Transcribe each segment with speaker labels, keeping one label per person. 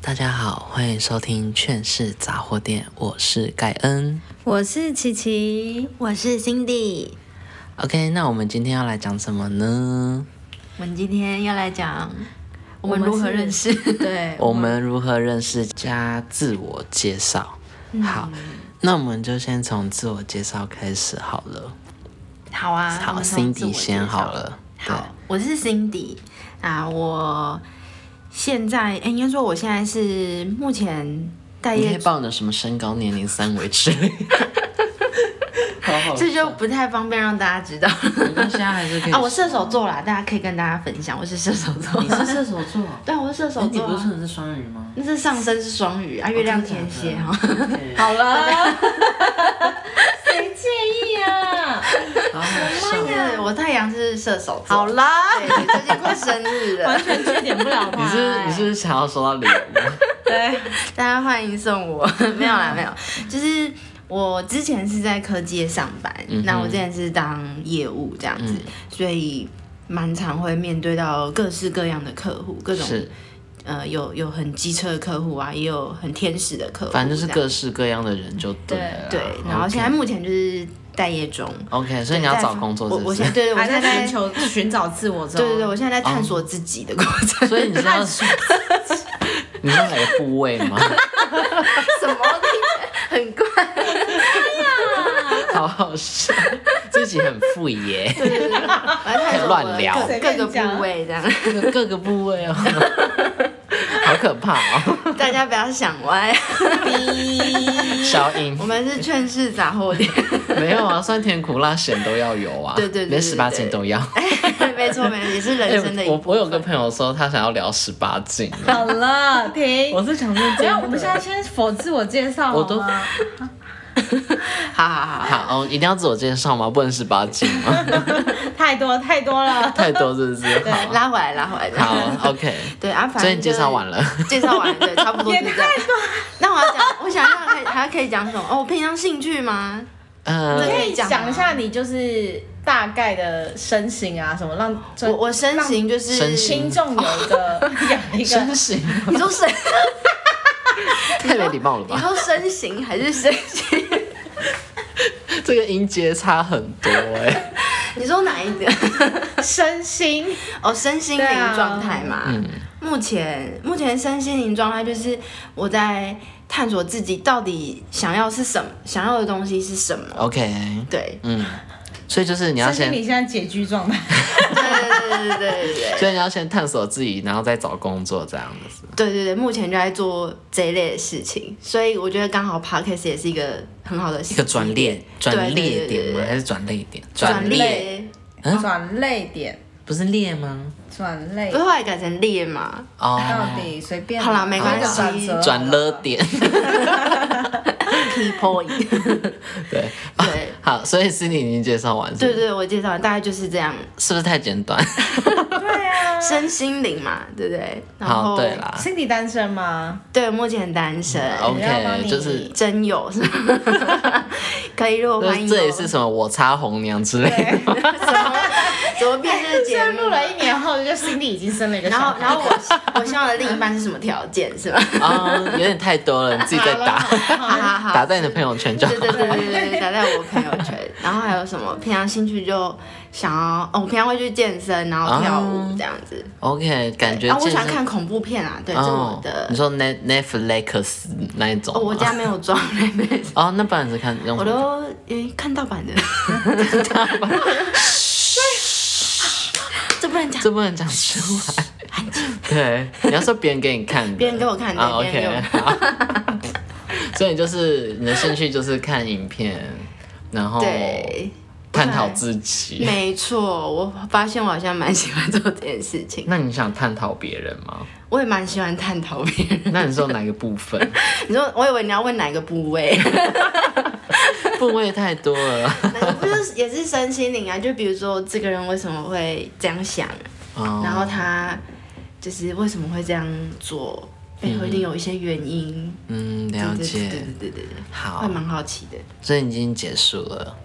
Speaker 1: 大家好，欢迎收听《劝世杂货店》，我是盖恩。
Speaker 2: 我是琪琪，
Speaker 3: 我是 Cindy，
Speaker 1: OK，那我们今天要来讲什么呢？
Speaker 3: 我们今天要来讲我们
Speaker 2: 我们
Speaker 3: 如何
Speaker 2: 是
Speaker 3: 认识。
Speaker 2: 对，
Speaker 1: 我们如何认识加自我介绍？
Speaker 3: 嗯
Speaker 1: 好，那我们就先从自我介绍开始好了。
Speaker 3: 好啊，我
Speaker 1: 好
Speaker 3: 们从自我
Speaker 1: ，Cindy
Speaker 3: 介
Speaker 1: 先
Speaker 3: 绍
Speaker 1: 好。了。对，
Speaker 3: 好，我是 Cindy 啊，我现在诶应该说我现在是目前待
Speaker 1: 你可
Speaker 3: 业
Speaker 1: 以，报你的什么身高、年龄、三围之 类的。好好
Speaker 3: 这就不太方便让大家知道。
Speaker 1: 那现在还是可以
Speaker 3: 啊，我射手座啦，大家可以跟大家分享，我是射手座。啊
Speaker 1: 你是射手座，
Speaker 3: 对，我是射手
Speaker 1: 哎你
Speaker 3: 座、
Speaker 1: 不是
Speaker 3: 啊。
Speaker 1: 说你是双鱼吗？
Speaker 3: 那是上升是双鱼啊，月亮天蝎
Speaker 1: 哦
Speaker 3: 哦哈。
Speaker 1: 好，
Speaker 2: 好 了，谁介意啊？
Speaker 1: 好好笑。
Speaker 3: 是我太阳是射手座。
Speaker 2: 好
Speaker 3: 了，
Speaker 2: 啦，
Speaker 3: 对，最近快生日了
Speaker 2: 完，全缺点不了他。哎
Speaker 1: 你是你是不是想要收到礼物？
Speaker 2: 对，
Speaker 3: 大家欢迎送 我，没有啦，没有，就是我之前是在科技业上班，
Speaker 1: 嗯哼
Speaker 3: 那我之前是当业务这样子，
Speaker 1: 嗯
Speaker 3: 所以蛮常会面对到各式各样的客户，各种
Speaker 1: 是，
Speaker 3: 呃有有很机车的客户啊，也有很天使的客户，
Speaker 1: 反正就是
Speaker 3: 这
Speaker 1: 各
Speaker 3: 样
Speaker 1: 式各样的人就对了啦。
Speaker 3: 对，然后现在目前就是待业中，
Speaker 1: OK，所以你要
Speaker 3: 对
Speaker 1: 找工作
Speaker 3: 我
Speaker 1: 是不
Speaker 3: 我
Speaker 1: 是
Speaker 3: 现？在对对，我
Speaker 2: 还
Speaker 3: 现在
Speaker 2: 在寻
Speaker 3: 在
Speaker 2: 求寻找自我中。
Speaker 3: 对对对，我现在在探索自己的过程，
Speaker 1: 所以你是 要， 你是哪个部位吗？哦
Speaker 3: 什么很怪，
Speaker 1: 好好笑，自己很富耶，
Speaker 3: 对对对，我在探索我
Speaker 1: 乱
Speaker 3: 的
Speaker 1: 聊
Speaker 3: 各各个部位这样。
Speaker 1: 各个部位哦， 好可怕哦，
Speaker 3: 大家不要想 歪，
Speaker 1: 消音
Speaker 3: 我们是劝世杂货店，
Speaker 1: 没有啊，酸甜苦辣咸都要有啊，
Speaker 3: 对对对对
Speaker 1: 连十八
Speaker 3: 对
Speaker 1: 禁都要。
Speaker 3: 哎没错没错，也是人生的
Speaker 1: 哎
Speaker 3: 一
Speaker 1: 我
Speaker 3: 部
Speaker 1: 我有个朋友说他想要聊十八禁，
Speaker 2: 好了，停。
Speaker 1: 是想认
Speaker 2: 只要我们现在先否自我介绍
Speaker 1: 我都
Speaker 2: 好吗
Speaker 3: 好好好，
Speaker 1: 好哦，一定要自我介绍吗？不能十八禁吗？
Speaker 2: 太多太多了。
Speaker 1: 太多是不是？好
Speaker 3: 拉回来拉回来。
Speaker 1: 好，OK，
Speaker 3: 对啊，反
Speaker 1: 所以
Speaker 3: 正
Speaker 1: 你介绍完
Speaker 3: 了，
Speaker 1: 了。
Speaker 3: 介绍完了，对，差不多就这样。那我要讲，我想要可以还可以讲什么？哦，我平常兴趣吗？
Speaker 1: 嗯，
Speaker 2: 可
Speaker 3: 对
Speaker 2: 以讲一啊下你就是大概的身形啊，什么让
Speaker 3: 我我身形就
Speaker 1: 身
Speaker 3: 是，
Speaker 1: 形
Speaker 2: 听众有一 个有一
Speaker 1: 身
Speaker 2: 个
Speaker 1: 形
Speaker 3: 你说身，
Speaker 1: 太没礼貌了
Speaker 3: 你
Speaker 1: 吧？
Speaker 3: 说身形还是身形？
Speaker 1: 这个音节差很多哎、
Speaker 3: 你说哪一个？
Speaker 2: 身心，
Speaker 3: 哦，身心
Speaker 2: 对
Speaker 3: 灵
Speaker 2: 啊
Speaker 3: 状态嘛。
Speaker 1: 嗯，
Speaker 3: 目前目前身心灵状态就是我在探索自己到底想要是什么，想要的东西是什么。
Speaker 1: OK，
Speaker 3: 对
Speaker 1: 嗯，所以就是你要
Speaker 2: 身心
Speaker 1: 先，
Speaker 2: 你现在拮据状态，
Speaker 3: 对对对对对 对
Speaker 1: 所以你要先探索自己，然后再找工作这样子。
Speaker 3: 对对对，目前就在做这一类的事情，所以我觉得刚好 podcast 也是一个很好的一
Speaker 1: 一个转捩转裂点吗？还是转泪点？
Speaker 3: 转
Speaker 1: 裂
Speaker 3: 列，
Speaker 1: 嗯
Speaker 2: 转泪点，
Speaker 1: 不是裂吗？
Speaker 2: 转泪
Speaker 3: 不是后来改成列嘛？
Speaker 1: 哦
Speaker 2: 到，底随便。
Speaker 3: 好啦没关系
Speaker 2: 那个转折
Speaker 1: 转了 点。
Speaker 3: p point。
Speaker 1: 对
Speaker 3: 对
Speaker 1: 好，所以是你已经介绍完是不
Speaker 3: 对
Speaker 1: 是，
Speaker 3: 对，我介绍完大概就是这样，
Speaker 1: 是不是太简短？
Speaker 2: 对啊，
Speaker 3: 身心灵嘛，对不对？然
Speaker 1: 好，
Speaker 3: 后
Speaker 1: 对，啦
Speaker 2: 心理单身吗？
Speaker 3: 对，目前单身，
Speaker 2: 要帮
Speaker 1: ，OK，
Speaker 2: 你
Speaker 1: 就是
Speaker 3: 真有是吗？可以，如果欢迎
Speaker 1: 这也
Speaker 3: 有
Speaker 1: 是什么我插红娘之类的。
Speaker 3: 怎么怎么变这个节
Speaker 2: 这
Speaker 3: 目
Speaker 2: 录？了一年后，就心里已经生了一个小
Speaker 3: 然
Speaker 2: 孩。
Speaker 3: 后，然后我我希望的另一半是什么条件是吧？
Speaker 1: 啊，有点太多了，你自己再打，
Speaker 3: 好好好，
Speaker 1: 打在你的朋友圈就好
Speaker 3: 对。对对对对对，打在我朋友圈。然后还有什么？平常兴趣就想要，哦，我平常会去健身，然后跳舞这样子。
Speaker 1: OK，感觉
Speaker 3: 然后哎我
Speaker 1: 健
Speaker 3: 喜欢
Speaker 1: 身
Speaker 3: 看恐怖片啊，对，这是
Speaker 1: 哦
Speaker 3: 我的
Speaker 1: 你。说 Net Netflix 那一种吗？
Speaker 3: 哦，我家没有装，
Speaker 1: 哦，那不然你是看用
Speaker 3: 我
Speaker 1: 什么
Speaker 3: 都诶看盗版的，这不能讲，
Speaker 1: 这不能讲出来。 对，你要说别人给你看的，
Speaker 3: 别人给我看的
Speaker 1: 啊
Speaker 3: 别人
Speaker 1: ，OK，
Speaker 3: 给
Speaker 1: 好。 所以你就是你的兴趣就是看影片，然后
Speaker 3: 对，
Speaker 1: 探讨自己。
Speaker 3: 没错，我发现我好像蛮喜欢做这件事情，
Speaker 1: 那你想探讨别人吗？
Speaker 3: 我也蛮喜欢探讨别人。
Speaker 1: 那你说哪个部分？
Speaker 3: 你说，我以为你要问哪个部位，
Speaker 1: 部位太多了。
Speaker 3: 不是也是身心灵啊？就比如说这个人为什么会这样想，
Speaker 1: 哦
Speaker 3: 然后他就是为什么会这样做，背后一定有一些原因。
Speaker 1: 嗯，
Speaker 3: 对
Speaker 1: 了
Speaker 3: 对对对
Speaker 1: 解。哦
Speaker 3: 对对对对，
Speaker 1: 好
Speaker 3: 会，蛮好奇的，
Speaker 1: 所以你已经结束了。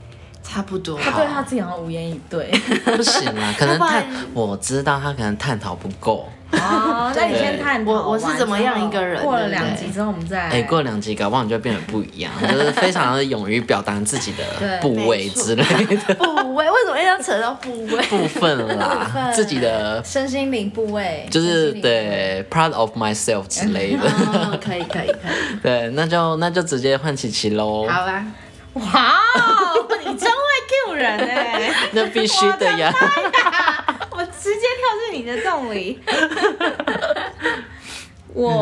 Speaker 3: 差不多。
Speaker 2: 他对他自己好像无言以对。
Speaker 1: 不行啦，可能
Speaker 3: 要不
Speaker 1: 探
Speaker 3: 然
Speaker 1: 我知道他可能探讨不够，
Speaker 4: 哦，那你先探讨
Speaker 3: 我我是
Speaker 4: 完
Speaker 3: 怎么
Speaker 4: 之
Speaker 3: 样
Speaker 4: 后
Speaker 3: 一个人
Speaker 4: 过
Speaker 3: 对
Speaker 4: 了
Speaker 3: 不
Speaker 4: 两
Speaker 3: 对
Speaker 4: 集之后，我们再
Speaker 1: 哎、过两集搞不好你就变得不一 样，就是非常的勇于表达自己的
Speaker 4: 对
Speaker 1: 部位
Speaker 3: 没错
Speaker 1: 之类的
Speaker 3: 部位为什么一定要扯到部位？
Speaker 1: 部 分啦，
Speaker 4: 分
Speaker 1: 自己的
Speaker 4: 身心灵部位，
Speaker 1: 就是
Speaker 4: 身心灵部位，
Speaker 1: 对 proud of myself 之类的，
Speaker 3: 嗯，可以可以可以，
Speaker 1: 对，那就那就直接换琪琪喽，
Speaker 3: 好吧。
Speaker 4: 哇哦，你真会 Q 人哎、
Speaker 1: 那必须的呀。
Speaker 4: 我直接跳进你的 洞里。
Speaker 1: 你
Speaker 4: 我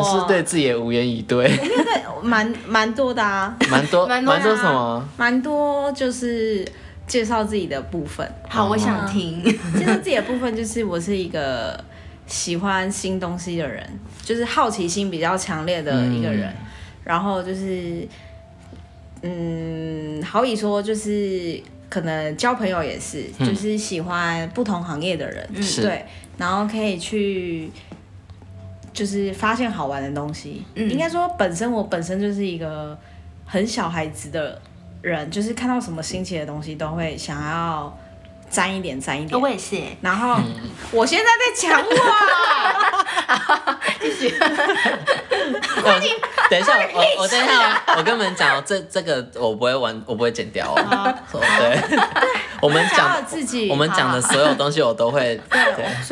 Speaker 1: 嗯 是对自己也无言以对，
Speaker 4: 因为对蛮蛮多的啊，
Speaker 1: 蛮多
Speaker 3: 蛮多的啊
Speaker 1: 多什么？
Speaker 4: 蛮多就是介绍自己的部分。
Speaker 3: 好，
Speaker 1: 啊
Speaker 3: 我想听。
Speaker 4: 介绍自己的部分就是我是一个喜欢新东西的人，就是好奇心比较强烈的一个人。然后就是，嗯，好比说就是可能交朋友也是，就是喜欢不同行业的人，
Speaker 1: 是
Speaker 4: 对，然后可以去。就是发现好玩的东西，
Speaker 3: 嗯
Speaker 4: 应该说本身我本身就是一个很小孩子的人，就是看到什么新奇的东西都会想要沾一点沾一点。
Speaker 3: 哦我也是耶，
Speaker 4: 然后、
Speaker 1: 嗯
Speaker 4: 我现在在讲 我啊，
Speaker 1: 呃等一下，我我
Speaker 4: 啊
Speaker 1: 我等一下哦，我跟你们讲哦，这这个我不会玩，我不会剪掉哦。对， 我们
Speaker 4: 讲到
Speaker 1: 讲
Speaker 4: 自己，
Speaker 1: 我们讲的所有东西，我都会对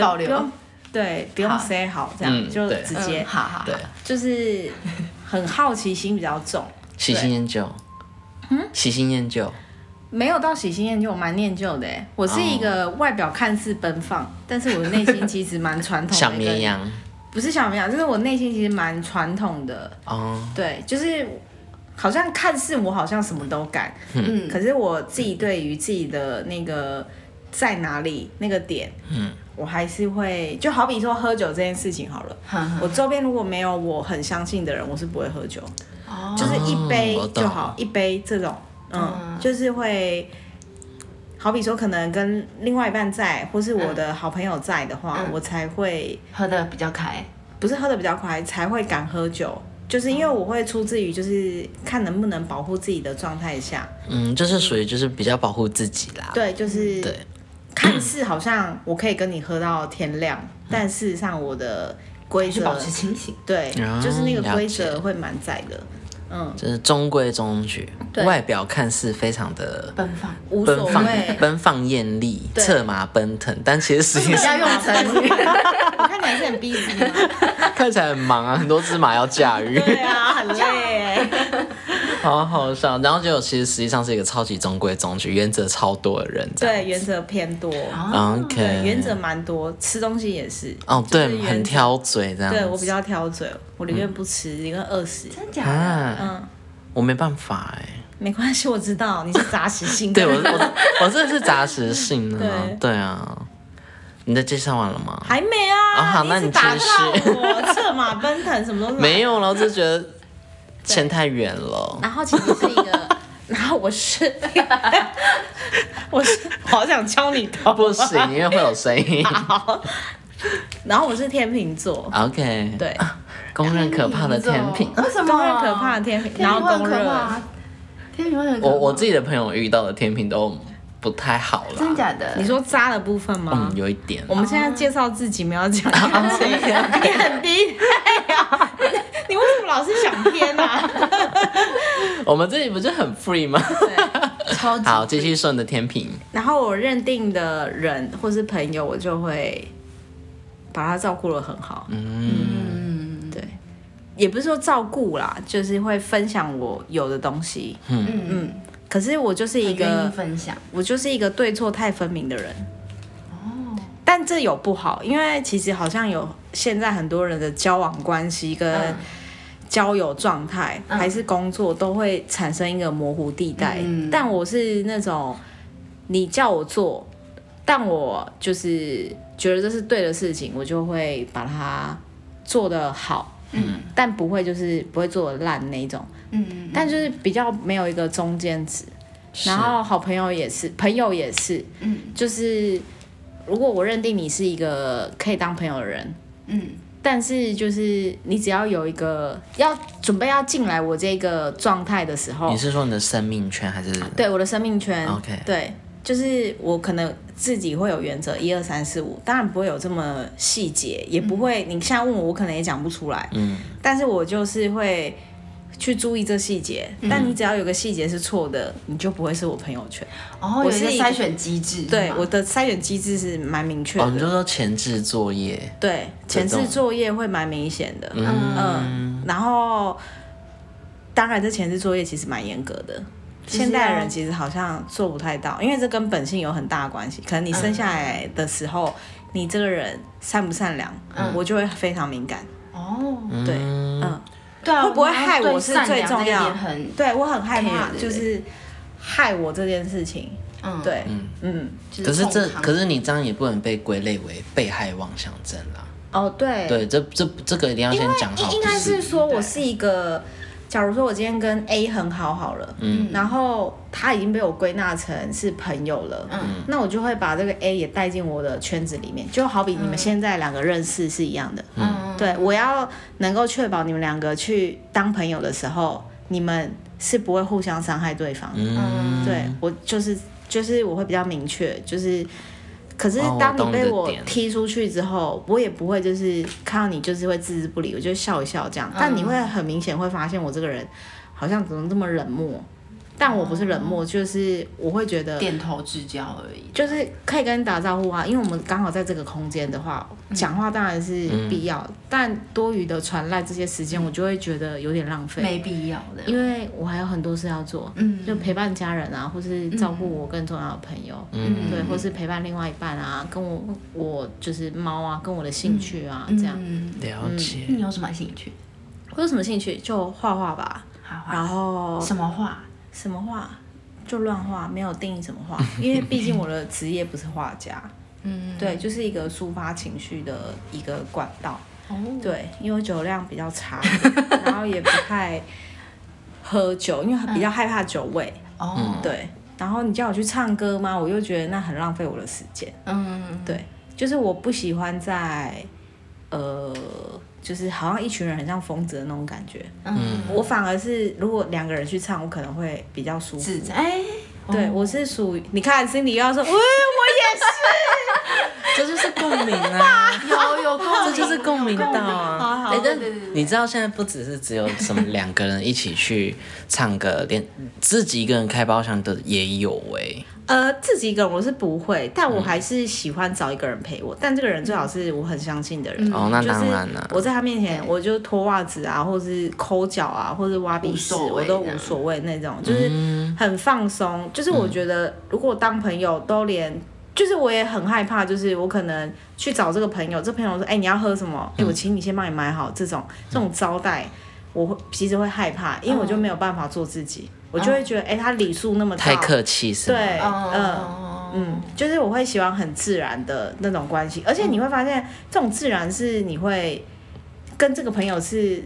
Speaker 3: 保
Speaker 4: 不
Speaker 3: 留。
Speaker 4: 用对不用
Speaker 3: 好
Speaker 4: say 好，这样、
Speaker 1: 嗯
Speaker 4: 就
Speaker 1: 对
Speaker 4: 直
Speaker 3: 嗯
Speaker 4: 接、
Speaker 3: 好好，
Speaker 1: 对，
Speaker 4: 就是很好奇心比较重，
Speaker 1: 喜新厌旧。嗯，喜新厌旧，
Speaker 4: 哦没有到喜新厌旧，我蛮念旧的欸。我是一
Speaker 1: 哦
Speaker 4: 个外表看似奔放，但是我的内心其实蛮传统的。
Speaker 1: 小绵，羊
Speaker 4: 不是小绵羊，就是我内心其实蛮传统的。
Speaker 1: 哦，
Speaker 4: 对，就是好像看似我好像什么都敢，
Speaker 3: 嗯
Speaker 4: 可是我自己对于自己的那个在哪里那个点，
Speaker 1: 嗯，
Speaker 4: 我还是会就好比说喝酒这件事情好了，
Speaker 3: 哼哼
Speaker 4: 我周边如果没有我很相信的人，我是不会喝酒，
Speaker 3: 哦
Speaker 4: 就是一杯
Speaker 1: 哦我懂
Speaker 4: 就好，一杯这种，嗯，
Speaker 3: 嗯
Speaker 4: 就是会。好比说，可能跟另外一半在，或是我的好朋友在的话，
Speaker 3: 嗯
Speaker 4: 我才会
Speaker 3: 喝的比较开，
Speaker 4: 不是喝的比较快才会敢喝酒，就是因为我会出自于就是看能不能保护自己的状态下，
Speaker 1: 嗯，就是属于就是比较保护自己啦。
Speaker 4: 对，就是
Speaker 1: 嗯对
Speaker 4: 看似好像我可以跟你喝到天亮，但事实上我的规
Speaker 3: 去
Speaker 4: 则
Speaker 3: 嗯保持清醒。
Speaker 4: 对
Speaker 1: 啊，
Speaker 4: 就是那个规
Speaker 1: 了
Speaker 4: 则
Speaker 1: 解
Speaker 4: 会蛮在的，嗯，
Speaker 1: 就是中规中矩，
Speaker 4: 对
Speaker 1: 外表看似非常的
Speaker 3: 奔放，
Speaker 4: 无所
Speaker 1: 奔放
Speaker 4: 谓、。
Speaker 1: 奔放艳丽，
Speaker 4: 对
Speaker 1: 策马奔腾，但其实实际
Speaker 3: 不
Speaker 1: 上
Speaker 3: 要用成语，
Speaker 4: 我看你还是很啊 busy 吗？
Speaker 1: 看起来很忙啊，很多只马要驾驭，
Speaker 4: 对啊，很 累。
Speaker 1: 好好笑。然后结果其实实际上是一个超级中规中矩、原则超多的人，这样。
Speaker 4: 对，原则偏多，
Speaker 1: OK，
Speaker 4: 对，原则蛮多，吃东西也是。
Speaker 1: 哦，
Speaker 4: 就是
Speaker 1: 对，
Speaker 4: 原则
Speaker 1: 很挑嘴这样子。
Speaker 4: 对我比较挑嘴，我宁愿不吃，宁愿饿死。
Speaker 3: 真假的？
Speaker 1: 啊，
Speaker 4: 嗯
Speaker 1: 我没办法哎、
Speaker 4: 没关系，我知道你是杂食性的。
Speaker 1: 对我我我真的是杂食性啊，
Speaker 4: 对
Speaker 1: 对啊。你的介绍完了吗？
Speaker 4: 还没啊。
Speaker 1: 哦好
Speaker 4: 一
Speaker 1: 那
Speaker 4: 直
Speaker 1: 你
Speaker 4: 打
Speaker 1: 继
Speaker 4: 断我，策马奔腾，什么都来
Speaker 1: 没。有了，我就觉得牵太远了。
Speaker 4: 然后其实是一 个，然后我是， 我是好想敲你头。
Speaker 1: 不行，因为会有声 音。
Speaker 4: 好。然后我是天秤座，
Speaker 1: OK，，
Speaker 4: 对， 哎
Speaker 1: 公认可怕的天平。
Speaker 3: 为什么？
Speaker 4: 公认可怕的天平，
Speaker 3: 天
Speaker 4: 然
Speaker 3: 平会
Speaker 4: 后
Speaker 3: 很
Speaker 4: 公
Speaker 3: 可
Speaker 4: 认
Speaker 3: 怕，天平会 很可怕。
Speaker 1: 我我自己的朋友遇到的天平都不太好啦。
Speaker 3: 真假的？
Speaker 4: 你说渣的部分吗
Speaker 1: 嗯，？哦有一点啊。
Speaker 4: 我们现在介绍自己，没有讲这个， 你很低配啊！ 你为什么老是想偏啊？
Speaker 1: 我们这里不是很 free 吗？
Speaker 3: 超级
Speaker 1: 好，继续说你的天平。
Speaker 4: 然后我认定的人或是朋友，我就会把他照顾得很好。
Speaker 3: 嗯
Speaker 4: 对，也不是说照顾啦，就是会分享我有的东西。
Speaker 3: 嗯，
Speaker 4: 嗯，可是我就是一
Speaker 3: 很愿意
Speaker 4: 个，
Speaker 3: 分享。
Speaker 4: 我就是一个对错太分明的人。
Speaker 3: 哦
Speaker 4: 但这有不好，因为其实好像有现在很多人的交往关系跟
Speaker 3: 嗯
Speaker 4: 交友状态、
Speaker 3: 嗯
Speaker 4: 还是工作都会产生一个模糊地带。
Speaker 3: 嗯
Speaker 4: 但我是那种你叫我做，但我就是觉得这是对的事情，我就会把它做得好。嗯，但不会就是不会做的烂那一种，
Speaker 3: 嗯，
Speaker 4: 但就是比较没有一个中间值。
Speaker 1: 是
Speaker 4: 然后好朋友也是，朋友也是，
Speaker 3: 嗯，
Speaker 4: 就是如果我认定你是一个可以当朋友的人，
Speaker 3: 嗯
Speaker 4: 但是就是你只要有一个要准备要进来我这个状态的时候
Speaker 1: 你，是说你的生命圈还是？
Speaker 4: 对我的生命圈
Speaker 1: OK
Speaker 4: 对，就是我可能自己会有原则，一二三四五，当然不会有这么细节，也不会。你现在问我，我可能也讲不出来。
Speaker 1: 嗯，
Speaker 4: 但是我就是会去注意这细节。
Speaker 1: 嗯
Speaker 4: 但你只要有个细节是错的，你就不会是我朋友圈。
Speaker 3: 哦，
Speaker 4: 我
Speaker 3: 有
Speaker 4: 是
Speaker 3: 一个
Speaker 4: 一个
Speaker 3: 筛选机制，
Speaker 4: 对
Speaker 3: 是，吗
Speaker 4: 我的筛选机制是蛮明确
Speaker 1: 哦，你
Speaker 4: 的。
Speaker 1: 就说前置作业，
Speaker 4: 对，前置作业会蛮明显的。嗯，然后当然这前置作业其实蛮严格的。
Speaker 3: 其实
Speaker 4: 现代
Speaker 3: 要
Speaker 4: 人其实好像做不太到，因为这跟本性有很大的关系。可能你
Speaker 3: 嗯
Speaker 4: 生下来的时候，你这个人善不善良，
Speaker 3: 嗯
Speaker 4: 我就会非常敏感。
Speaker 3: 哦，
Speaker 4: 对，嗯，
Speaker 3: 对啊，
Speaker 4: 会不会
Speaker 3: 我们要
Speaker 4: 害
Speaker 3: 对
Speaker 4: 我是
Speaker 3: 善
Speaker 4: 最
Speaker 3: 良
Speaker 4: 重
Speaker 3: 这一
Speaker 4: 要
Speaker 3: 点很
Speaker 4: 对我很害怕，
Speaker 3: 对对对
Speaker 4: 就是害我这件事情。
Speaker 3: 嗯，
Speaker 4: 对，嗯，
Speaker 1: 可是这
Speaker 3: 控糖
Speaker 1: 可是你这样也不能被归类为被害妄想症啦。
Speaker 4: 哦，对，
Speaker 1: 对，这这这个一定要
Speaker 4: 因
Speaker 1: 先
Speaker 4: 为
Speaker 1: 讲好。
Speaker 4: 应应该
Speaker 1: 不
Speaker 4: 是
Speaker 1: 是
Speaker 4: 说我是一个，假如说我今天跟 A 很好好了，嗯，然后他已经被我归纳成是朋友了，嗯，那我就会把这个 A 也带进我的圈子里面，就好比你们现在两个认识是一样的，
Speaker 3: 嗯，
Speaker 4: 对我要能够确保你们两个去当朋友的时候，你们是不会互相伤害对方的，
Speaker 1: 嗯，
Speaker 4: 对我就是就是我会比较明确，就是。可是
Speaker 1: 哦我
Speaker 4: 当你
Speaker 1: 懂你
Speaker 4: 被
Speaker 1: 的
Speaker 4: 我
Speaker 1: 点
Speaker 4: 踢出去之后，我也不会就是看到你就是会置之不理，我就笑一笑这样。但你
Speaker 1: 嗯
Speaker 4: 会很明显会发现我这个人好像怎么这么冷漠，但我不是冷漠，
Speaker 1: 哦
Speaker 4: 就是我会觉得
Speaker 3: 点头之交而已。
Speaker 4: 就是可以跟你打招呼啊，因为我们刚好在这个空间的话，
Speaker 1: 嗯
Speaker 4: 讲话当然是必要，但多余的传赖这些时间，我就会觉得有点浪费。
Speaker 3: 没必要的，
Speaker 4: 因为我还有很多事要做，就陪伴家人啊，或是照顾我更重要的朋友，
Speaker 3: 嗯
Speaker 4: 对，或是陪伴另外一半啊，跟我我就是猫啊，跟我的兴趣啊、这样。
Speaker 3: 嗯，
Speaker 1: 了解。
Speaker 3: 你有什么兴趣？
Speaker 4: 我有什么兴趣就画画吧，
Speaker 3: 好啊，
Speaker 4: 然后
Speaker 3: 什么画？
Speaker 4: 什么画就乱画，没有定义什么 画，因为毕竟我的职业不是画家，
Speaker 3: 嗯，
Speaker 4: 对，就是一个抒发情绪的一个管道。
Speaker 3: 哦，
Speaker 4: 对，因为我酒量比较差，然后也不太喝酒，因为比较害怕酒味。
Speaker 3: 哦，
Speaker 4: 对，然后你叫我去唱歌吗？我又觉得那很浪费我的时间。
Speaker 3: 嗯，
Speaker 4: 对，就是我不喜欢在，呃，就是好像一群人很像疯子的那种感觉。
Speaker 3: 嗯，
Speaker 4: 我反而是如果两个人去唱，我可能会比较舒服。
Speaker 3: 自在，哎，
Speaker 4: 对，我是属于你看，Cindy 又要说，喂，我也是。
Speaker 1: 这就是共鸣啊，
Speaker 3: 有有共
Speaker 1: 这
Speaker 3: 鸣，
Speaker 1: 就是共鸣到啊。
Speaker 3: 好好
Speaker 1: 哎但
Speaker 3: 对对对
Speaker 1: 你知道现在不只是只有什么两个人一起去唱歌，连自己一个人开包厢的也有哎、
Speaker 4: 呃，自己一个人我是不会，但
Speaker 1: 嗯
Speaker 4: 我还是喜欢找一个人陪我。但这个人最
Speaker 3: 嗯
Speaker 4: 好是我很相信的人。
Speaker 1: 哦，那
Speaker 4: 就
Speaker 1: 当
Speaker 4: 是
Speaker 1: 然了、
Speaker 4: 我在他面前，我就脱袜子啊，或是抠脚啊，或是挖鼻屎，
Speaker 3: 无所
Speaker 4: 我
Speaker 3: 谓
Speaker 4: 都
Speaker 3: 这
Speaker 4: 无
Speaker 3: 样嗯
Speaker 4: 所谓那种，就是很放松。就是
Speaker 1: 嗯
Speaker 4: 我觉得，如果当朋友都连。就是我也很害怕，就是我可能去找这个朋友，这朋友说：“哎、你要喝什么？
Speaker 1: 嗯
Speaker 4: 哎、我请你先帮你买好。”这种这种招待，我会其实会害怕，因为我
Speaker 3: 嗯
Speaker 4: 就没有办法做自己，我就会觉得：“哎、他礼数那么高，
Speaker 1: 太客气是吗？
Speaker 4: 对，嗯、
Speaker 3: 哦，
Speaker 4: 嗯，就是我会喜欢很自然的那种关系，而且你会发现这种自然是你会跟这个朋友是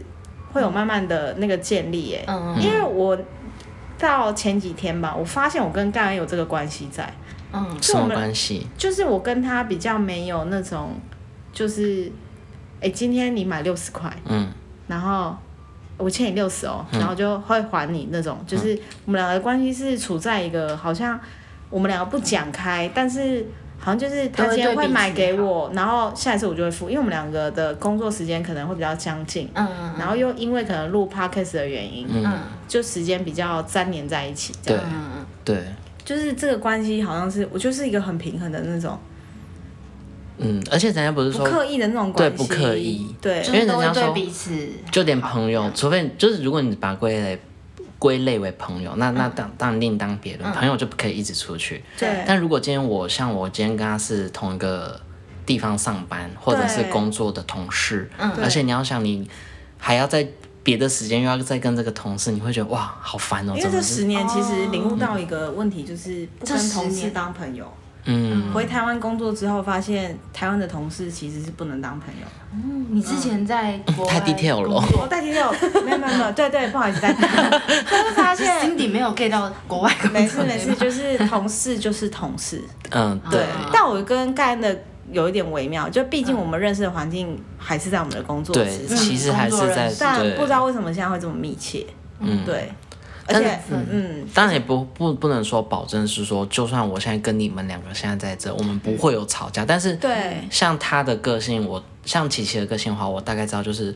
Speaker 4: 会有慢慢的那个建立耶，
Speaker 3: 嗯
Speaker 4: 因为我到前几天吧，我发现我跟盖恩有这个关系在，
Speaker 3: 嗯
Speaker 1: 什么关系？
Speaker 4: 就是我跟他比较没有那种就是，哎、今天你买六十块，
Speaker 1: 嗯，
Speaker 4: 然后我欠你六十哦，然后就会还你那种，
Speaker 1: 嗯
Speaker 4: 就是我们两个关系是处在一个好像我们两个不讲开，但是好像就是他今天会买给我，然后下一次我就会付，因为我们两个的工作时间可能会比较相近，
Speaker 3: 嗯
Speaker 4: 然后又因为可能录 podcast 的原因，
Speaker 3: 嗯
Speaker 4: 就时间比较粘连在一起，这
Speaker 1: 对
Speaker 4: 样，
Speaker 3: 嗯，
Speaker 1: 对，
Speaker 4: 就是这个关系好像是我就是一个很平衡的那种，
Speaker 1: 嗯，而且人家不是
Speaker 4: 不
Speaker 1: 说
Speaker 4: 刻意的那种
Speaker 1: 对
Speaker 4: 关系，
Speaker 1: 不刻意
Speaker 4: 对
Speaker 3: 就
Speaker 1: 因为
Speaker 3: 是
Speaker 1: 人
Speaker 3: 都
Speaker 1: 家
Speaker 3: 会
Speaker 1: 说
Speaker 3: 对彼此，
Speaker 1: 就连朋友，除非就是如果你把归类归类为朋友，那那当当另当别论，朋友就不可以一直出去。
Speaker 4: 嗯对
Speaker 1: 但如果今天我像我今天跟他是同一个地方上班，或者是
Speaker 4: 对嗯
Speaker 1: 工作的同事，
Speaker 4: 对
Speaker 1: 而且你要想你还要在别的时间又要再跟这个同事，你会觉得哇好烦哦、
Speaker 4: 因为
Speaker 1: 怎
Speaker 4: 这
Speaker 1: 么是
Speaker 4: 十年其实领悟
Speaker 1: 哦
Speaker 4: 到一个问题，就是不
Speaker 3: 这
Speaker 4: 跟同
Speaker 3: 十
Speaker 4: 事
Speaker 3: 年
Speaker 4: 当朋友。
Speaker 1: 嗯
Speaker 4: 回台湾工作之后，发现台湾的同事其实是不能当朋友。
Speaker 3: 嗯你之前在国外
Speaker 1: 太 detail 了哦，
Speaker 4: 我 代替六，没有没有没有，对对，不好意思，代替六。就是发现
Speaker 3: Cindy 没有 get 到国外工作，
Speaker 4: 没事没事，就是同事就是同事。
Speaker 1: 嗯对，
Speaker 4: 对
Speaker 3: 啊
Speaker 4: 但我跟盖恩的有一点微妙，就毕竟我们认识的环境还是在我们的工作
Speaker 1: 对，
Speaker 4: 职场，
Speaker 1: 其实还是
Speaker 3: 工作
Speaker 1: 在
Speaker 3: 人
Speaker 4: 但
Speaker 1: 对
Speaker 4: 不知道为什么现在会这么密切。
Speaker 1: 嗯
Speaker 4: 对，而且
Speaker 1: 但
Speaker 4: 嗯嗯，
Speaker 1: 当然也不不不能说保证是说，就算我现在跟你们两个现在在这，我们不会有吵架。但是
Speaker 3: 对
Speaker 1: 像他的个性，我像琪琪的个性的话，我大概知道就是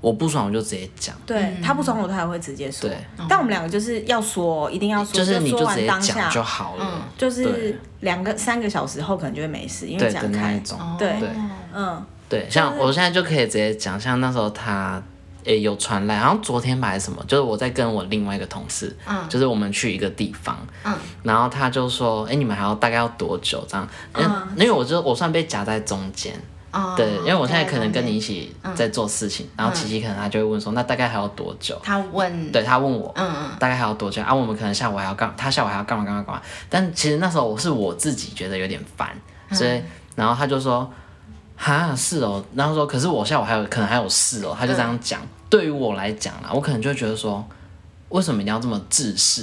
Speaker 1: 我不爽我就直接讲，
Speaker 4: 对他不爽我，他也会直接说
Speaker 1: 对。
Speaker 4: 但我们两个就是要说，一定要说，
Speaker 1: 就是你
Speaker 4: 说
Speaker 1: 就直
Speaker 4: 完
Speaker 1: 接
Speaker 4: 当
Speaker 1: 讲
Speaker 4: 下嗯
Speaker 1: 就好了，
Speaker 4: 就是
Speaker 1: 对
Speaker 4: 两个三个小时后可能就会没事，因为
Speaker 1: 对的
Speaker 4: 讲
Speaker 1: 那一
Speaker 4: 开。哦
Speaker 1: 种。
Speaker 3: 哦
Speaker 4: 对
Speaker 1: 对
Speaker 4: 嗯，
Speaker 1: 对，像我现在就可以直接讲，像那时候他也有传来，好像昨天吧还是什么，就是我在跟我另外一个同事，
Speaker 3: 嗯
Speaker 1: 就是我们去一个地方，
Speaker 3: 嗯，
Speaker 1: 然后他就说，哎、你们还要大概要多久这样？因为、
Speaker 4: 嗯
Speaker 1: 因为我就我算被夹在中间，
Speaker 3: 哦
Speaker 1: 对，因为我现在可能跟你一起
Speaker 3: 嗯
Speaker 1: 在做事情，然后琪琪可能他就会问说，那大概还要多久？
Speaker 3: 他问，
Speaker 1: 对他问我，
Speaker 3: 嗯嗯，
Speaker 1: 大概还要多久啊？我们可能下午还要干，他下午还要干嘛干嘛干嘛。但其实那时候我是我自己觉得有点烦，所
Speaker 3: 嗯
Speaker 1: 以然后他就说，哈是哦，然后说可是我下午还有可能还有事哦，他就这
Speaker 3: 嗯
Speaker 1: 样讲。对于我来讲啦，我可能就会觉得说，为什么一定要这么自私？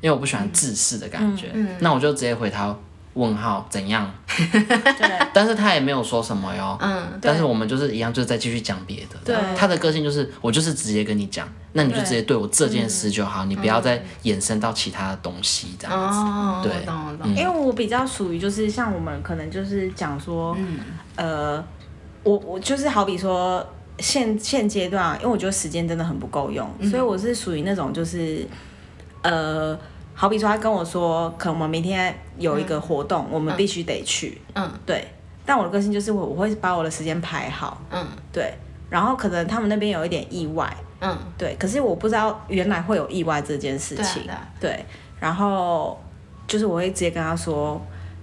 Speaker 1: 因为我不喜
Speaker 3: 嗯
Speaker 1: 欢自私的感觉。那我就直接回他问号怎样？
Speaker 4: 对
Speaker 1: 但是他也没有说什么哟。
Speaker 3: 嗯，
Speaker 1: 但是我们就是一样，就是再继续讲别的。
Speaker 4: 对
Speaker 1: 他的个性就是我就是直接跟你讲，那你就
Speaker 4: 对嗯
Speaker 1: 直接对我这件事就好，你不要再衍生到其他的东西这样子。
Speaker 3: 哦，
Speaker 1: 对
Speaker 3: 我懂我懂，
Speaker 4: 因为我比较属于就是像我们可能就是讲说，
Speaker 3: 嗯
Speaker 4: 呃，我我就是好比说现现阶段啊，因为我觉得时间真的很不够用，
Speaker 3: 嗯
Speaker 4: 所以我是属于那种就是，呃，好比说他跟我说，可能我们明天有一个活动，我们必须得去，
Speaker 3: 嗯，
Speaker 4: 对，但我的个性就是我我会把我的时间排好，
Speaker 3: 嗯
Speaker 4: 对，然后可能他们那边有一点意外，
Speaker 3: 嗯，
Speaker 4: 对，可是我不知道原来会有意外这件事
Speaker 3: 对啊
Speaker 4: 情，
Speaker 3: 对啊
Speaker 4: 对，然后就是我会直接跟他说，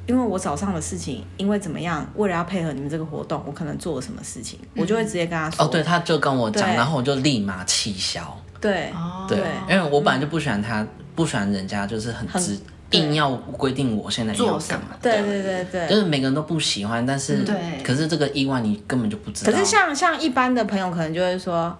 Speaker 4: 因为我早上的事情，因为怎么样，为了要配合你们这个活动，我可能做了什么事情，我就会直接跟他说。
Speaker 1: 哦，对，他就跟我讲，
Speaker 4: 对
Speaker 1: 然后我就立马气消。
Speaker 4: 对
Speaker 3: 哦，
Speaker 1: 对，因为我本来就不喜欢他，不喜欢人家就是很
Speaker 4: 嗯很
Speaker 1: 直，
Speaker 4: 对
Speaker 1: 硬要规定我现在要
Speaker 3: 做什
Speaker 1: 干
Speaker 3: 么
Speaker 1: 嘛。
Speaker 4: 对对对对
Speaker 1: 就是每个人都不喜欢，但是
Speaker 3: 对
Speaker 1: 可是这个意外你根本就不知道。
Speaker 4: 可是像像一般的朋友，可能就会说。